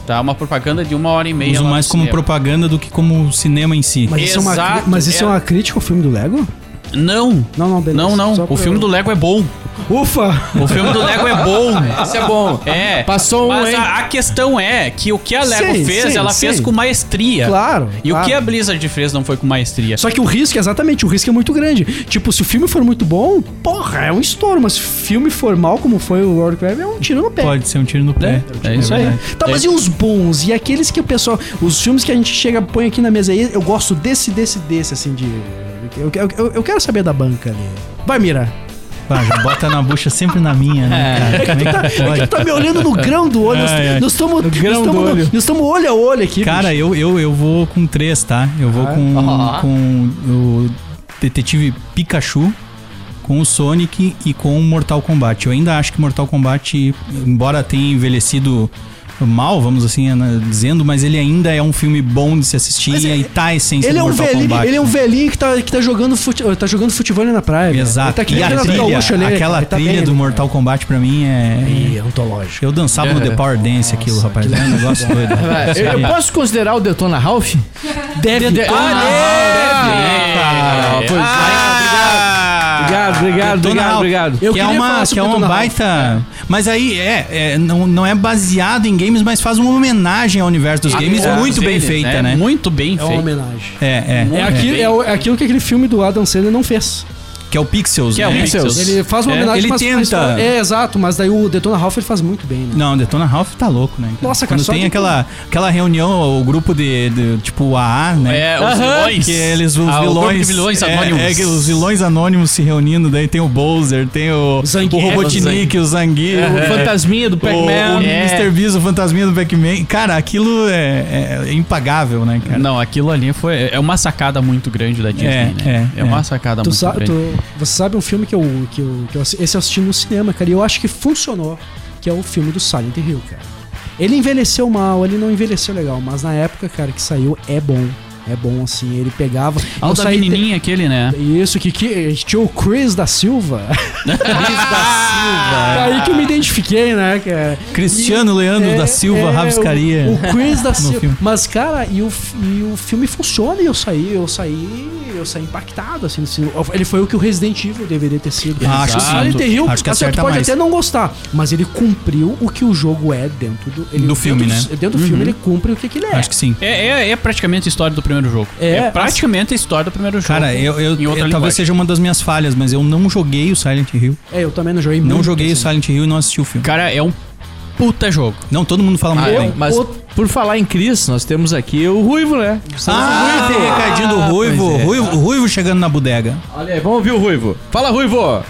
Speaker 6: Tá? Uma propaganda de uma hora e meia.
Speaker 5: Uso
Speaker 6: lá no
Speaker 5: mais como
Speaker 6: cinema.
Speaker 5: propaganda do que como cinema em si.
Speaker 8: Mas isso, é uma,
Speaker 6: Exato,
Speaker 8: cri- mas isso é.
Speaker 6: é.
Speaker 8: uma crítica ao filme do Lego?
Speaker 6: Não.
Speaker 8: Não, não, beleza.
Speaker 6: Não, não.
Speaker 8: Só
Speaker 6: O
Speaker 8: pra-
Speaker 6: filme do Lego é bom.
Speaker 8: Ufa!
Speaker 6: O filme do Lego é bom.
Speaker 4: Isso é bom.
Speaker 6: É.
Speaker 4: Passou um,
Speaker 6: Mas
Speaker 4: hein?
Speaker 6: a, a questão é que o que a Lego
Speaker 8: Sim,
Speaker 6: fez,
Speaker 8: sim,
Speaker 6: ela
Speaker 8: sim.
Speaker 6: fez com maestria.
Speaker 8: Claro.
Speaker 6: É. E
Speaker 8: claro.
Speaker 6: o que a Blizzard fez não foi com maestria.
Speaker 8: É Só que o risco, exatamente, o risco é muito grande. Tipo, se o filme for muito bom, porra, é um estouro. Mas se o filme for mal, como foi o World Crab, é um tiro no pé.
Speaker 5: Pode ser um tiro no pé.
Speaker 6: É isso aí.
Speaker 8: Tá,
Speaker 6: É.
Speaker 8: mas e os bons? E aqueles que o pessoal. Os filmes que a gente chega, põe aqui na mesa aí, eu gosto desse, desse, desse, assim, de. Eu, eu, eu- eu quero saber da banca ali. Vai, Mira.
Speaker 5: Pá, já bota na bucha sempre na minha, né, cara? Como é que pode?
Speaker 8: Tu tá me olhando no grão do olho.
Speaker 5: Ai, ai.
Speaker 8: Nós estamos. Nós
Speaker 4: grão do olho.
Speaker 8: estamos olho a olho aqui.
Speaker 5: Cara, eu, eu, eu vou com três, tá? Eu vou
Speaker 8: Ah.
Speaker 5: com, com o Detetive Pikachu, com o Sonic e com o Mortal Kombat. Eu ainda acho que Mortal Kombat, embora tenha envelhecido mal, vamos assim né, dizendo, mas ele ainda é um filme bom de se assistir
Speaker 8: Mas
Speaker 5: e aí tá a essência
Speaker 8: Ele
Speaker 5: do
Speaker 8: é, um
Speaker 5: Mortal
Speaker 8: velhinho,
Speaker 5: Kombat.
Speaker 8: ele é um velhinho que tá, que tá jogando fute, tá jogando futebol ali na praia. Ele
Speaker 5: Exato.
Speaker 8: tá que
Speaker 5: e
Speaker 8: nem
Speaker 5: a
Speaker 8: Renato
Speaker 5: trilha,
Speaker 8: Gaúcho ali,
Speaker 5: aquela
Speaker 8: ele tá
Speaker 5: trilha
Speaker 8: bem,
Speaker 5: do
Speaker 8: ele-
Speaker 5: Mortal Kombat pra mim é...
Speaker 8: Ih, antológico.
Speaker 5: Eu dançava no The Power Dance aquilo, rapaz. É um negócio doido.
Speaker 4: Eu, eu posso considerar o Detona Ralph? Deve. Detona
Speaker 5: né,
Speaker 6: Ah,
Speaker 4: Ralph. Deve. Ah, pois é. Obrigado, obrigado,
Speaker 5: Detona
Speaker 4: obrigado,
Speaker 5: Ralph.
Speaker 4: obrigado.
Speaker 8: Eu
Speaker 5: que é
Speaker 8: queria falar
Speaker 5: uma,
Speaker 8: sobre
Speaker 5: que é uma
Speaker 8: Detona Ralph.
Speaker 5: baita. Mas aí é, é, não, não é baseado em games, mas faz uma homenagem ao universo dos games
Speaker 6: Ah,
Speaker 5: muito bem
Speaker 6: deles,
Speaker 5: feita, né?
Speaker 6: Muito bem
Speaker 8: É uma
Speaker 6: feita.
Speaker 8: homenagem.
Speaker 5: É, é.
Speaker 8: É aquilo, é o- é aquilo que aquele filme do Adam Sandler não fez.
Speaker 5: Que é o Pixels,
Speaker 6: Que é o
Speaker 5: né?
Speaker 6: Pixels.
Speaker 8: Ele faz uma
Speaker 5: É,
Speaker 8: homenagem,
Speaker 5: ele
Speaker 8: mas
Speaker 5: tenta.
Speaker 8: mas- É, exato, mas daí o Detona Ralph ele faz muito bem, né?
Speaker 5: Não, Detona Ralph tá louco, né?
Speaker 8: Nossa, cara,
Speaker 5: Quando
Speaker 8: só
Speaker 5: tem
Speaker 8: de-
Speaker 5: aquela, aquela reunião, o grupo de, de tipo AA, né?
Speaker 6: É, os vilões.
Speaker 5: Que eles, os
Speaker 6: Ah, o grupo de
Speaker 5: vilões.
Speaker 6: vilões
Speaker 5: é,
Speaker 6: anônimos.
Speaker 5: É, que os vilões anônimos se reunindo, daí tem o Bowser, tem o, o
Speaker 8: Zangief,
Speaker 5: Robotnik, o Zangief,
Speaker 4: O fantasminha do
Speaker 5: o, o
Speaker 4: Pac-Man.
Speaker 6: É.
Speaker 5: Mr. Beast, o fantasminha do Pac-Man. Cara, aquilo é, é- é impagável, né, cara?
Speaker 6: Não, aquilo ali foi. É uma sacada muito grande da Disney,
Speaker 5: É,
Speaker 6: né?
Speaker 5: é,
Speaker 6: É, uma
Speaker 5: é.
Speaker 6: sacada
Speaker 8: Tu
Speaker 6: muito
Speaker 8: sa-
Speaker 6: grande.
Speaker 8: tu- você sabe um filme que eu, que, eu, que eu assi- esse eu assisti no cinema, cara, e eu acho que funcionou, que é o filme do Silent Hill, cara. Ele envelheceu mal, ele não envelheceu legal, mas na época, cara, que saiu é bom. É bom, assim, ele pegava.
Speaker 6: Ah, o
Speaker 8: eu
Speaker 6: da
Speaker 8: saí te-
Speaker 6: menininha aquele, né?
Speaker 8: Isso, que, que tinha o Chris da Silva. É Aí que eu me identifiquei, né, cara?
Speaker 5: Cristiano Leandro
Speaker 8: É,
Speaker 5: da Silva,
Speaker 8: é,
Speaker 5: Rabiscaria.
Speaker 8: O, o Chris da Silva.
Speaker 5: filme.
Speaker 8: Mas, cara, e o, fi- e o filme funciona e eu saí, eu saí, eu saí impactado, assim, assim. Ele foi o que o Resident Evil deveria ter sido. Ah,
Speaker 5: Acho
Speaker 8: o
Speaker 5: sim.
Speaker 8: Silent Hill,
Speaker 5: Acho que
Speaker 8: assim,
Speaker 5: acerta
Speaker 8: tu pode
Speaker 5: mais.
Speaker 8: até não gostar, mas ele cumpriu o que o jogo é dentro do... Ele,
Speaker 5: Do
Speaker 8: dentro
Speaker 5: filme,
Speaker 8: do-
Speaker 5: né?
Speaker 8: Dentro do filme ele cumpre o que, que ele é.
Speaker 5: Acho que sim.
Speaker 6: É, é, é praticamente a história do primeiro jogo.
Speaker 8: É,
Speaker 6: É, praticamente a história do primeiro jogo.
Speaker 5: Cara, eu, eu, eu-
Speaker 6: em outra
Speaker 5: talvez
Speaker 6: linguagem.
Speaker 5: seja uma das minhas falhas, mas eu não joguei o Silent Hill.
Speaker 8: É, eu também não joguei
Speaker 5: Não
Speaker 8: muito,
Speaker 5: joguei o
Speaker 8: assim.
Speaker 5: Silent Hill e não assisti o filme.
Speaker 6: Cara, é um puta jogo.
Speaker 5: Não, todo mundo
Speaker 6: Ah,
Speaker 5: fala muito bem.
Speaker 4: Ah, Mas por falar em Cris, nós temos aqui o Ruivo, né?
Speaker 5: Ah, tem recadinho do Ruivo.
Speaker 4: pois é.
Speaker 5: Ruivo. Ruivo chegando na bodega.
Speaker 4: Olha aí, vamos ouvir o Ruivo. Fala, Ruivo!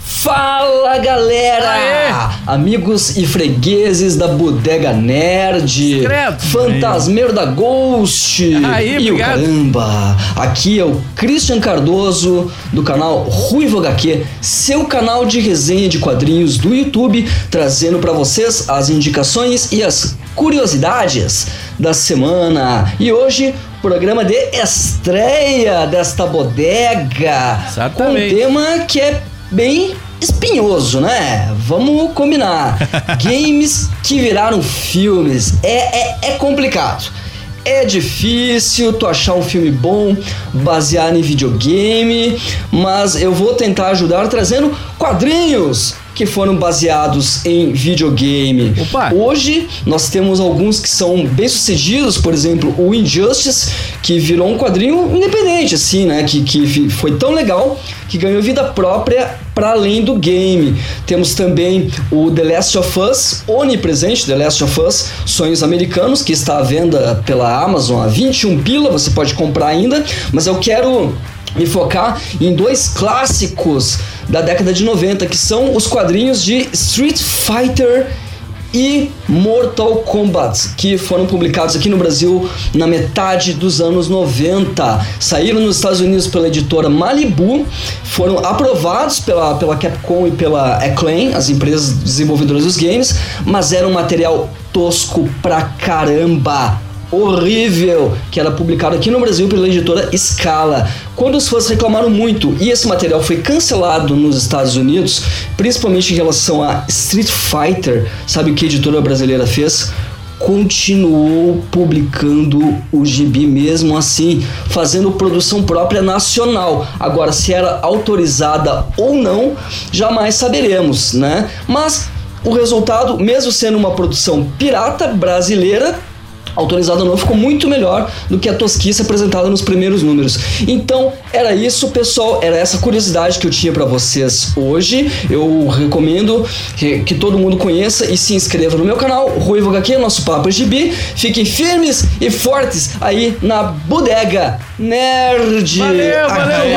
Speaker 10: Fala galera! Amigos e fregueses da Bodega Nerd,
Speaker 4: Credo.
Speaker 10: Fantasmeiro da Ghost
Speaker 4: Aí,
Speaker 10: e o
Speaker 4: obrigado.
Speaker 10: caramba! Aqui é o Christian Cardoso do canal Ruivo HQ, seu canal de resenha de quadrinhos do YouTube, trazendo pra vocês as indicações e as curiosidades da semana. E hoje, programa de estreia desta bodega.
Speaker 4: Exatamente.
Speaker 10: Com um tema que é bem espinhoso, né? Vamos combinar. Games que viraram filmes. É, é, é complicado. É difícil tu achar um filme bom baseado em videogame, mas eu vou tentar ajudar trazendo quadrinhos que foram baseados em videogame.
Speaker 4: Opa!
Speaker 10: Hoje nós temos alguns que são bem sucedidos, por exemplo, o Injustice, que virou um quadrinho independente, assim, né? Que, que fi- foi tão legal que ganhou vida própria para além do game. Temos também o The Last of Us, onipresente, The Last of Us, Sonhos Americanos, que está à venda pela Amazon a 21 pila, você pode comprar ainda, mas eu quero me focar em dois clássicos da década de 90, que são os quadrinhos de Street Fighter e Mortal Kombat, que foram publicados aqui no Brasil na metade dos anos 90. Saíram nos Estados Unidos pela editora Malibu, foram aprovados pela, pela Capcom e pela Acclaim, as empresas desenvolvedoras dos games, mas era um material tosco pra caramba horrível que era publicado aqui no Brasil pela editora Scala. Quando os fãs reclamaram muito e esse material foi cancelado nos Estados Unidos, principalmente em relação a Street Fighter, sabe o que a editora brasileira fez? Continuou publicando o gibi mesmo assim, fazendo produção própria nacional. Agora, se era autorizada ou não, jamais saberemos, né? Mas o resultado, mesmo sendo uma produção pirata brasileira, autorizado ou não ficou muito melhor do que a tosquice apresentada nos primeiros números. Então, era isso, pessoal, era essa curiosidade que eu tinha pra vocês hoje. Eu recomendo que, que todo mundo conheça e se inscreva no meu canal, Ruivo HQ, nosso papo é gibi. Fiquem firmes e fortes aí na bodega nerd.
Speaker 4: Valeu, valeu,
Speaker 10: Aquele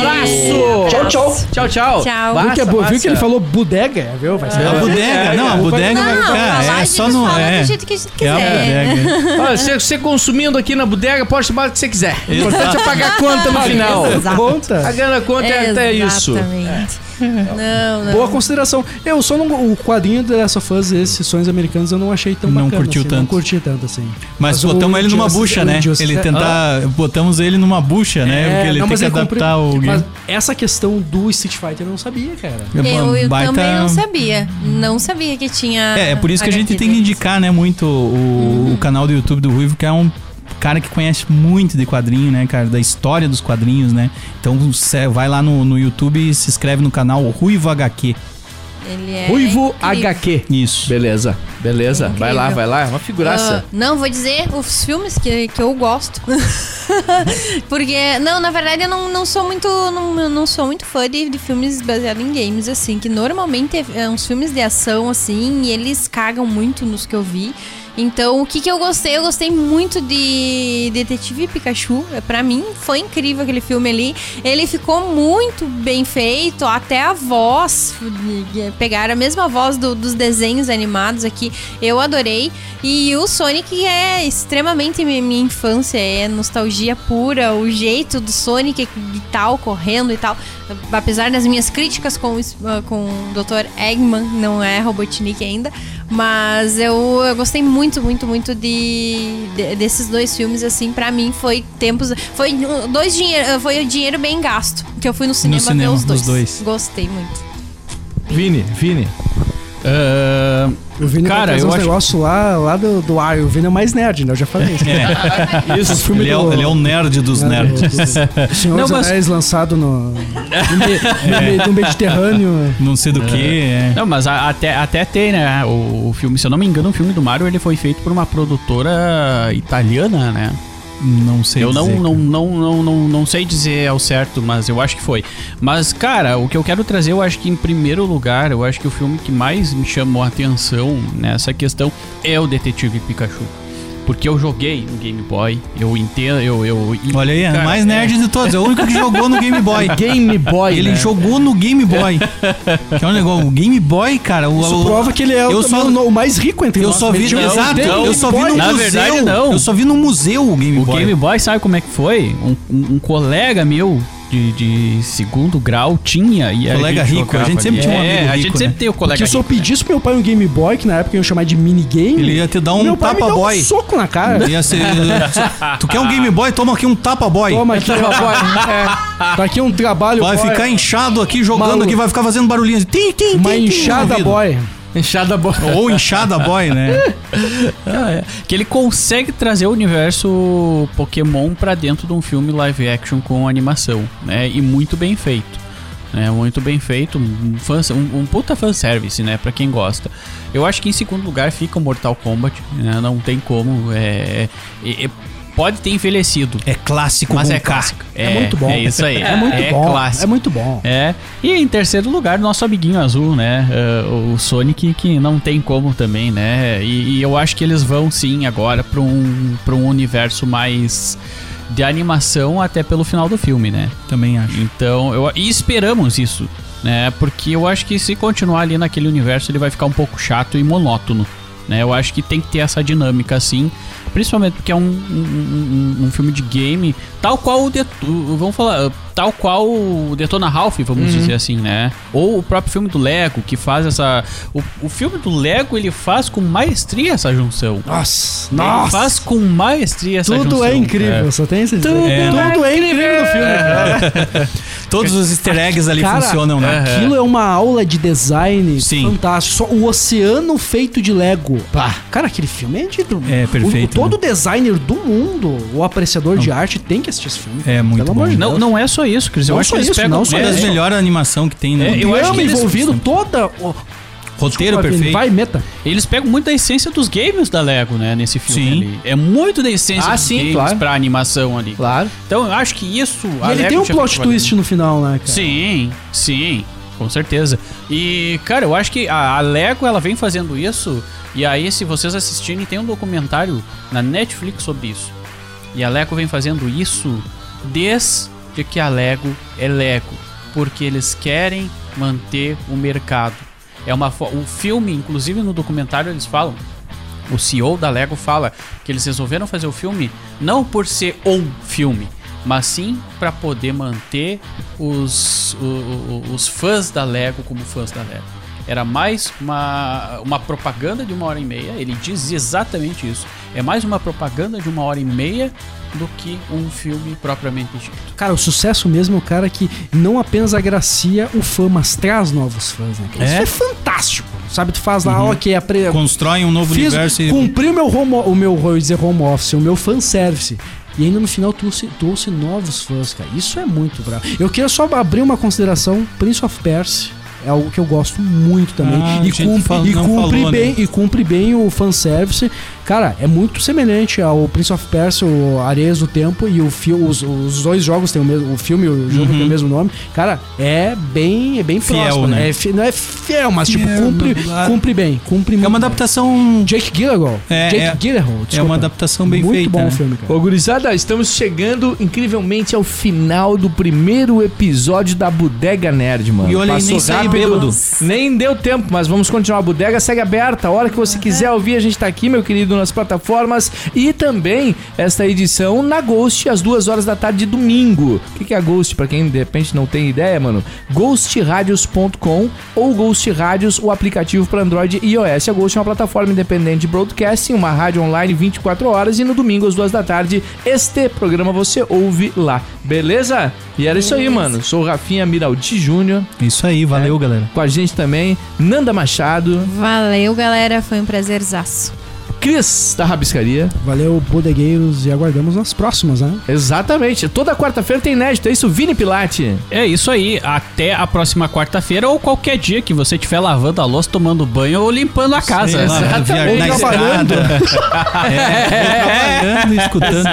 Speaker 10: abraço. Tchau, tchau.
Speaker 4: Tchau, tchau.
Speaker 1: Tchau.
Speaker 8: Viu que, é bo- viu que ele
Speaker 4: falou?
Speaker 8: falou bodega? Viu? Vai ser
Speaker 5: É a bodega. Não, a bodega vai ficar.
Speaker 1: falar,
Speaker 5: É,
Speaker 1: a
Speaker 5: só
Speaker 1: gente
Speaker 5: no.
Speaker 1: fala
Speaker 5: É,
Speaker 1: do jeito que a gente
Speaker 5: é a
Speaker 1: quiser.
Speaker 5: bodega.
Speaker 4: Olha, você, você consumindo aqui na bodega, pode chamar o que você quiser. O importante
Speaker 5: Exato.
Speaker 4: é pagar a conta no final.
Speaker 8: Conta.
Speaker 4: Pagando a conta é até isso.
Speaker 1: Exatamente. Não, não.
Speaker 8: Boa consideração. Eu só não. O quadrinho do The Last of Us, esses sonhos americanos, eu não achei tão
Speaker 5: Não
Speaker 8: bacana.
Speaker 5: curtiu
Speaker 8: assim, Não
Speaker 5: tanto.
Speaker 8: curti tanto, assim.
Speaker 5: Mas
Speaker 8: Mas o
Speaker 5: botamos ele numa
Speaker 8: Justice-
Speaker 5: bucha, né?
Speaker 8: o Justice-
Speaker 5: Ele tentar. Botamos ele numa bucha, né? Porque ele tem
Speaker 8: É, mas
Speaker 5: que
Speaker 8: cumpri-
Speaker 5: adaptar o
Speaker 8: Mas
Speaker 5: game.
Speaker 8: essa questão do Street Fighter eu não sabia, cara.
Speaker 5: É
Speaker 1: Eu,
Speaker 5: uma
Speaker 1: eu
Speaker 5: baita-
Speaker 1: também não sabia. Não sabia que tinha.
Speaker 5: É, é por isso que a
Speaker 1: HQ
Speaker 5: gente tem que
Speaker 1: deles.
Speaker 5: indicar, né, muito o,
Speaker 1: Uhum.
Speaker 5: o canal do YouTube do Ruivo, que é um cara que conhece muito de quadrinho, né, cara, da história dos quadrinhos, né? Então cê vai lá no, no YouTube e se inscreve no canal Ruivo HQ.
Speaker 1: Ele é
Speaker 4: Ruivo
Speaker 1: incrível.
Speaker 4: HQ.
Speaker 5: Isso.
Speaker 4: Beleza, beleza. Vai lá,
Speaker 1: Incrível.
Speaker 4: vai lá. É uma figuraça.
Speaker 1: Ah, não, vou dizer os filmes que, que eu gosto. Porque, não, na verdade eu não, não sou muito. Não, eu não sou muito fã de, de filmes baseados em games, assim. Que normalmente é, é uns filmes de ação, assim, e eles cagam muito nos que eu vi. Então, o que, que eu gostei? Eu gostei muito de Detetive Pikachu. É, Pra mim, foi incrível aquele filme ali. Ele ficou muito bem feito, até a voz. eh, Pegaram a mesma voz do- dos desenhos animados aqui. Eu adorei. E o Sonic é extremamente mi- minha infância, é nostalgia pura. O jeito do Sonic e tal, correndo e tal. Apesar das minhas críticas com, o es- ah, com o Dr. Eggman, não é Robotnik ainda. Mas eu, eu gostei muito, muito, muito de, de- desses dois filmes, assim, pra mim foi tempos. Foi um- dois dinheiro. Foi o dinheiro bem gasto. Que eu fui no cinema,
Speaker 5: cinema,
Speaker 1: ver os
Speaker 5: os
Speaker 1: dois.
Speaker 5: dois.
Speaker 1: Gostei muito.
Speaker 4: Vini, Vini.
Speaker 6: Ah,
Speaker 8: Eu vi
Speaker 6: Cara, eu
Speaker 8: uns
Speaker 6: acho-
Speaker 8: negócios lá, lá do, do ar. O Vini é mais nerd, né? Eu já falei isso.
Speaker 5: Isso. Ele é, o-
Speaker 8: do-
Speaker 5: ele é o nerd dos nerds.
Speaker 8: O Senhor dos
Speaker 6: Não, mas-
Speaker 8: Anéis lançado no, no,
Speaker 5: É.
Speaker 8: me- no me- no Mediterrâneo.
Speaker 5: Não sei do que, é.
Speaker 6: Não, mas a- até, até tem, né? O, o filme, se eu não me engano, o filme do Mario ele foi feito por uma produtora italiana, né?
Speaker 5: Não sei
Speaker 6: eu não,
Speaker 5: dizer,
Speaker 6: não,
Speaker 5: cara.
Speaker 6: não, não, não, não sei dizer ao certo, mas eu acho que foi. Mas, cara, o que eu quero trazer, eu acho que em primeiro lugar, eu acho que o filme que mais me chamou a atenção nessa questão é o Detetive Pikachu. Porque eu joguei no Game Boy, eu entendo, eu. eu e,
Speaker 5: Olha aí, é
Speaker 6: cara,
Speaker 5: mais nerd de todos. É o único que jogou no Game Boy.
Speaker 4: Game Boy,
Speaker 5: Ele
Speaker 4: né?
Speaker 5: jogou no Game Boy. que é um negócio. O Game Boy, cara. O,
Speaker 8: Isso
Speaker 5: o-
Speaker 8: prova que ele é
Speaker 5: eu
Speaker 8: o,
Speaker 5: só-
Speaker 8: o mais rico entre
Speaker 5: Eu
Speaker 8: nós.
Speaker 5: só vi.
Speaker 8: Ele é jogou-
Speaker 5: exato,
Speaker 6: não,
Speaker 5: eu só vi no
Speaker 6: na
Speaker 5: museu.
Speaker 6: verdade, não.
Speaker 5: Eu só vi no museu o Game
Speaker 6: O
Speaker 5: Boy.
Speaker 6: Game Boy, sabe como é que foi? Um, um- um colega meu de, de segundo grau tinha. E
Speaker 5: Colega rico,
Speaker 6: jogava
Speaker 5: a gente sempre
Speaker 6: ali.
Speaker 5: tinha um
Speaker 6: É,
Speaker 5: amigo
Speaker 6: A gente
Speaker 5: rico,
Speaker 6: sempre
Speaker 5: né?
Speaker 6: tem o colega
Speaker 8: Que eu só
Speaker 6: rico, né?
Speaker 8: pedisse pro meu pai um Game Boy, que na época iam chamar de minigame.
Speaker 5: Ele ia te dar um
Speaker 8: meu pai me
Speaker 5: tapa
Speaker 8: deu
Speaker 5: boy.
Speaker 8: um soco na cara.
Speaker 5: Ia ser- tu quer um Game Boy? Toma aqui um tapa boy.
Speaker 8: Toma aqui, rapaz. É, tá aqui um trabalho.
Speaker 5: Vai
Speaker 8: boy.
Speaker 5: ficar inchado aqui jogando
Speaker 8: Maluco.
Speaker 5: aqui, vai ficar fazendo barulhinho. assim, Tim, tim, tim,
Speaker 8: uma
Speaker 5: tim, no
Speaker 8: enxada
Speaker 5: ouvido.
Speaker 8: boy.
Speaker 4: Enxada boa.
Speaker 5: Ou inchada boy, né?
Speaker 6: Que ele consegue trazer o universo Pokémon pra dentro de um filme live action com animação, né? E muito bem feito. né? muito bem feito, um, fans, um, um puta fanservice, né? Pra quem gosta. Eu acho que em segundo lugar fica o Mortal Kombat, né? Não tem como. É, é- é- pode ter envelhecido,
Speaker 5: É clássico,
Speaker 6: mas
Speaker 5: com
Speaker 6: é
Speaker 5: K.
Speaker 6: clássico.
Speaker 8: É muito bom.
Speaker 6: É isso aí.
Speaker 8: É muito bom.
Speaker 6: clássico.
Speaker 8: É muito bom.
Speaker 6: É, e em terceiro lugar, nosso amiguinho azul, né? eh, o Sonic, que não tem como também, né? E, e eu acho que eles vão sim agora pra um, pra um universo mais de animação até pelo final do filme, né?
Speaker 5: Também acho.
Speaker 6: Então, eu, e esperamos isso, né? Porque eu acho que se continuar ali naquele universo, ele vai ficar um pouco chato e monótono. Né? Eu acho que tem que ter essa dinâmica, assim. Principalmente porque é um, um- um, um- um filme de game, tal qual o Det- o- vamos falar, tal qual o Detona Ralph, vamos
Speaker 8: Uhum.
Speaker 6: dizer assim, né? Ou o próprio filme do Lego, que faz essa. O, o filme do Lego ele faz com maestria essa junção.
Speaker 8: Nossa.
Speaker 6: Ele
Speaker 8: Nossa.
Speaker 6: faz com maestria essa junção.
Speaker 8: Tudo é incrível.
Speaker 6: né?
Speaker 8: Só tem esse
Speaker 6: Tudo é
Speaker 8: Tudo é incrível no filme. cara.
Speaker 5: Todos os easter eggs ali
Speaker 8: Cara,
Speaker 5: funcionam, né?
Speaker 8: Aquilo é uma aula de design
Speaker 5: Sim.
Speaker 8: fantástico. Só o oceano feito de Lego. Cara, aquele filme é de.
Speaker 5: É, perfeito,
Speaker 8: O, todo designer do mundo, o apreciador de arte, tem que assistir esse filme.
Speaker 5: É muito
Speaker 8: Pelo
Speaker 5: bom.
Speaker 8: amor de
Speaker 6: Não,
Speaker 8: Deus.
Speaker 6: não é só isso, Cris. Eu
Speaker 8: Não
Speaker 6: acho
Speaker 8: só
Speaker 6: que eles
Speaker 8: isso,
Speaker 6: pegam
Speaker 8: não só
Speaker 5: Uma
Speaker 6: é,
Speaker 5: das
Speaker 8: isso.
Speaker 5: melhores animações que tem, né?
Speaker 6: É, eu acho que eles-
Speaker 8: envolvido toda. o-
Speaker 5: Roteiro
Speaker 8: Desculpa, Vini,
Speaker 5: perfeito.
Speaker 8: Vai, meta.
Speaker 6: Eles pegam muito da essência dos games da Lego, né? Nesse filme
Speaker 5: Sim.
Speaker 6: ali. É muito da essência
Speaker 4: Ah,
Speaker 6: dos
Speaker 4: sim,
Speaker 6: games
Speaker 4: claro.
Speaker 6: pra animação ali.
Speaker 4: Claro.
Speaker 6: Então eu acho que isso.
Speaker 8: E ele tem um plot twist no final, né, cara?
Speaker 6: Sim, sim, com certeza. E, cara, eu acho que a, a Lego ela vem fazendo isso. E aí, se vocês assistirem, tem um documentário na Netflix sobre isso. E a Lego vem fazendo isso desde que a Lego é Lego, porque eles querem manter o mercado. É uma fo- o filme, inclusive no documentário eles falam, o CEO da Lego fala que eles resolveram fazer o filme não por ser um filme, mas sim para poder manter os, o- o- os fãs da Lego como fãs da Lego. Era mais uma, uma propaganda de uma hora e meia, ele diz exatamente isso. É mais uma propaganda de uma hora e meia do que um filme propriamente dito.
Speaker 8: Cara, o sucesso mesmo é o cara que não apenas agracia o fã, mas traz novos fãs, né? cara?
Speaker 5: É. Uhum.
Speaker 8: Isso é fantástico. Sabe, tu faz lá, ok, apre...
Speaker 5: Constrói um novo
Speaker 8: fiz,
Speaker 5: universo e...
Speaker 8: cumpri o meu home, o meu vou dizer, home office, o meu fanservice. E ainda no final trouxe, trouxe novos fãs, cara. Isso é muito bravo. Eu queria só abrir uma consideração, Prince of Persia. É algo que eu gosto muito também.
Speaker 5: Ah, a
Speaker 8: e
Speaker 5: gente
Speaker 8: cumpre,
Speaker 5: fala-
Speaker 8: e
Speaker 5: não
Speaker 8: cumpre
Speaker 5: falou, né?
Speaker 8: bem, e cumpre bem o fanservice. Cara, é muito semelhante ao Prince of Persia, o Areias do Tempo e o filme. Os, os dois jogos têm o mesmo. O filme e o jogo têm o mesmo nome. Cara, é bem, é bem
Speaker 5: Uhum. Fiel,
Speaker 8: próximo.
Speaker 5: né?
Speaker 8: É fi- não é fiel, mas
Speaker 5: Fiel,
Speaker 8: tipo, cumpre,
Speaker 5: não, claro.
Speaker 8: cumpre bem. Cumpre
Speaker 5: É
Speaker 8: muito
Speaker 5: uma
Speaker 8: bem.
Speaker 5: adaptação...
Speaker 8: Jake Gyllenhaal.
Speaker 5: É,
Speaker 8: Jake
Speaker 5: é.
Speaker 8: Gyllenhaal, desculpa.
Speaker 5: É uma adaptação bem
Speaker 8: Muito
Speaker 5: feita,
Speaker 8: bom
Speaker 5: né?
Speaker 8: o filme, cara.
Speaker 4: Ô, gurizada, estamos chegando incrivelmente ao final do primeiro episódio da Bodega Nerd, mano.
Speaker 5: E olha aí, nem saí bêbado.
Speaker 4: Nem deu tempo, mas vamos continuar. A bodega segue aberta. A hora que você quiser ouvir, a gente tá aqui, meu querido, nas plataformas. E também esta edição na Ghost, às duas horas da tarde de domingo. O que que é a Ghost? Pra quem de repente não tem ideia, mano, ghostradios.com ou Ghost Radios, o aplicativo para Android e iOS. A Ghost é uma plataforma independente de broadcasting, uma rádio online 24 horas. E no domingo, às duas da tarde, este programa você ouve lá. Beleza? E era isso aí, mano. Sou o Rafinha Miraldi Júnior.
Speaker 5: Isso aí,
Speaker 8: É.
Speaker 5: valeu, galera.
Speaker 4: Com a gente também, Nanda Machado.
Speaker 7: Valeu, galera. Foi um prazerzaço.
Speaker 4: Cris da Rabiscaria.
Speaker 8: Valeu, bodegueiros, e aguardamos as próximas, né?
Speaker 4: Exatamente. Toda quarta-feira tem inédito, é isso, Vini Pilate.
Speaker 6: É isso aí. Até a próxima quarta-feira ou qualquer dia que você estiver lavando a louça, tomando banho ou limpando a casa. né?
Speaker 5: Viajando na
Speaker 11: trabalhando.
Speaker 5: estrada. É, trabalhando e escutando.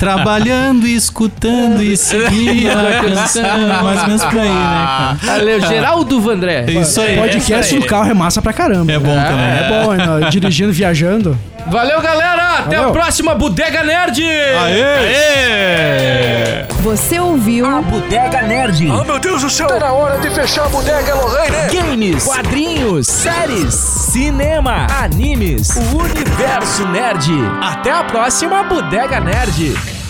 Speaker 5: Trabalhando e escutando e seguindo a canção. Mais ou menos por aí, né, cara?
Speaker 4: Valeu, Geraldo Vandré.
Speaker 5: É isso aí.
Speaker 8: Podcast no carro é massa pra caramba.
Speaker 5: É bom também.
Speaker 8: É bom, né? dirigindo, viajando.
Speaker 4: Valeu, galera. Até
Speaker 8: Valeu.
Speaker 4: a próxima Bodega Nerd.
Speaker 5: É.
Speaker 1: Você ouviu?
Speaker 12: Bodega Nerd.
Speaker 13: Oh, meu Deus do céu! Tá na hora de fechar a bodega, Lorraine!
Speaker 12: Games, quadrinhos, séries, cinema, animes, o universo nerd. Até a próxima Bodega Nerd.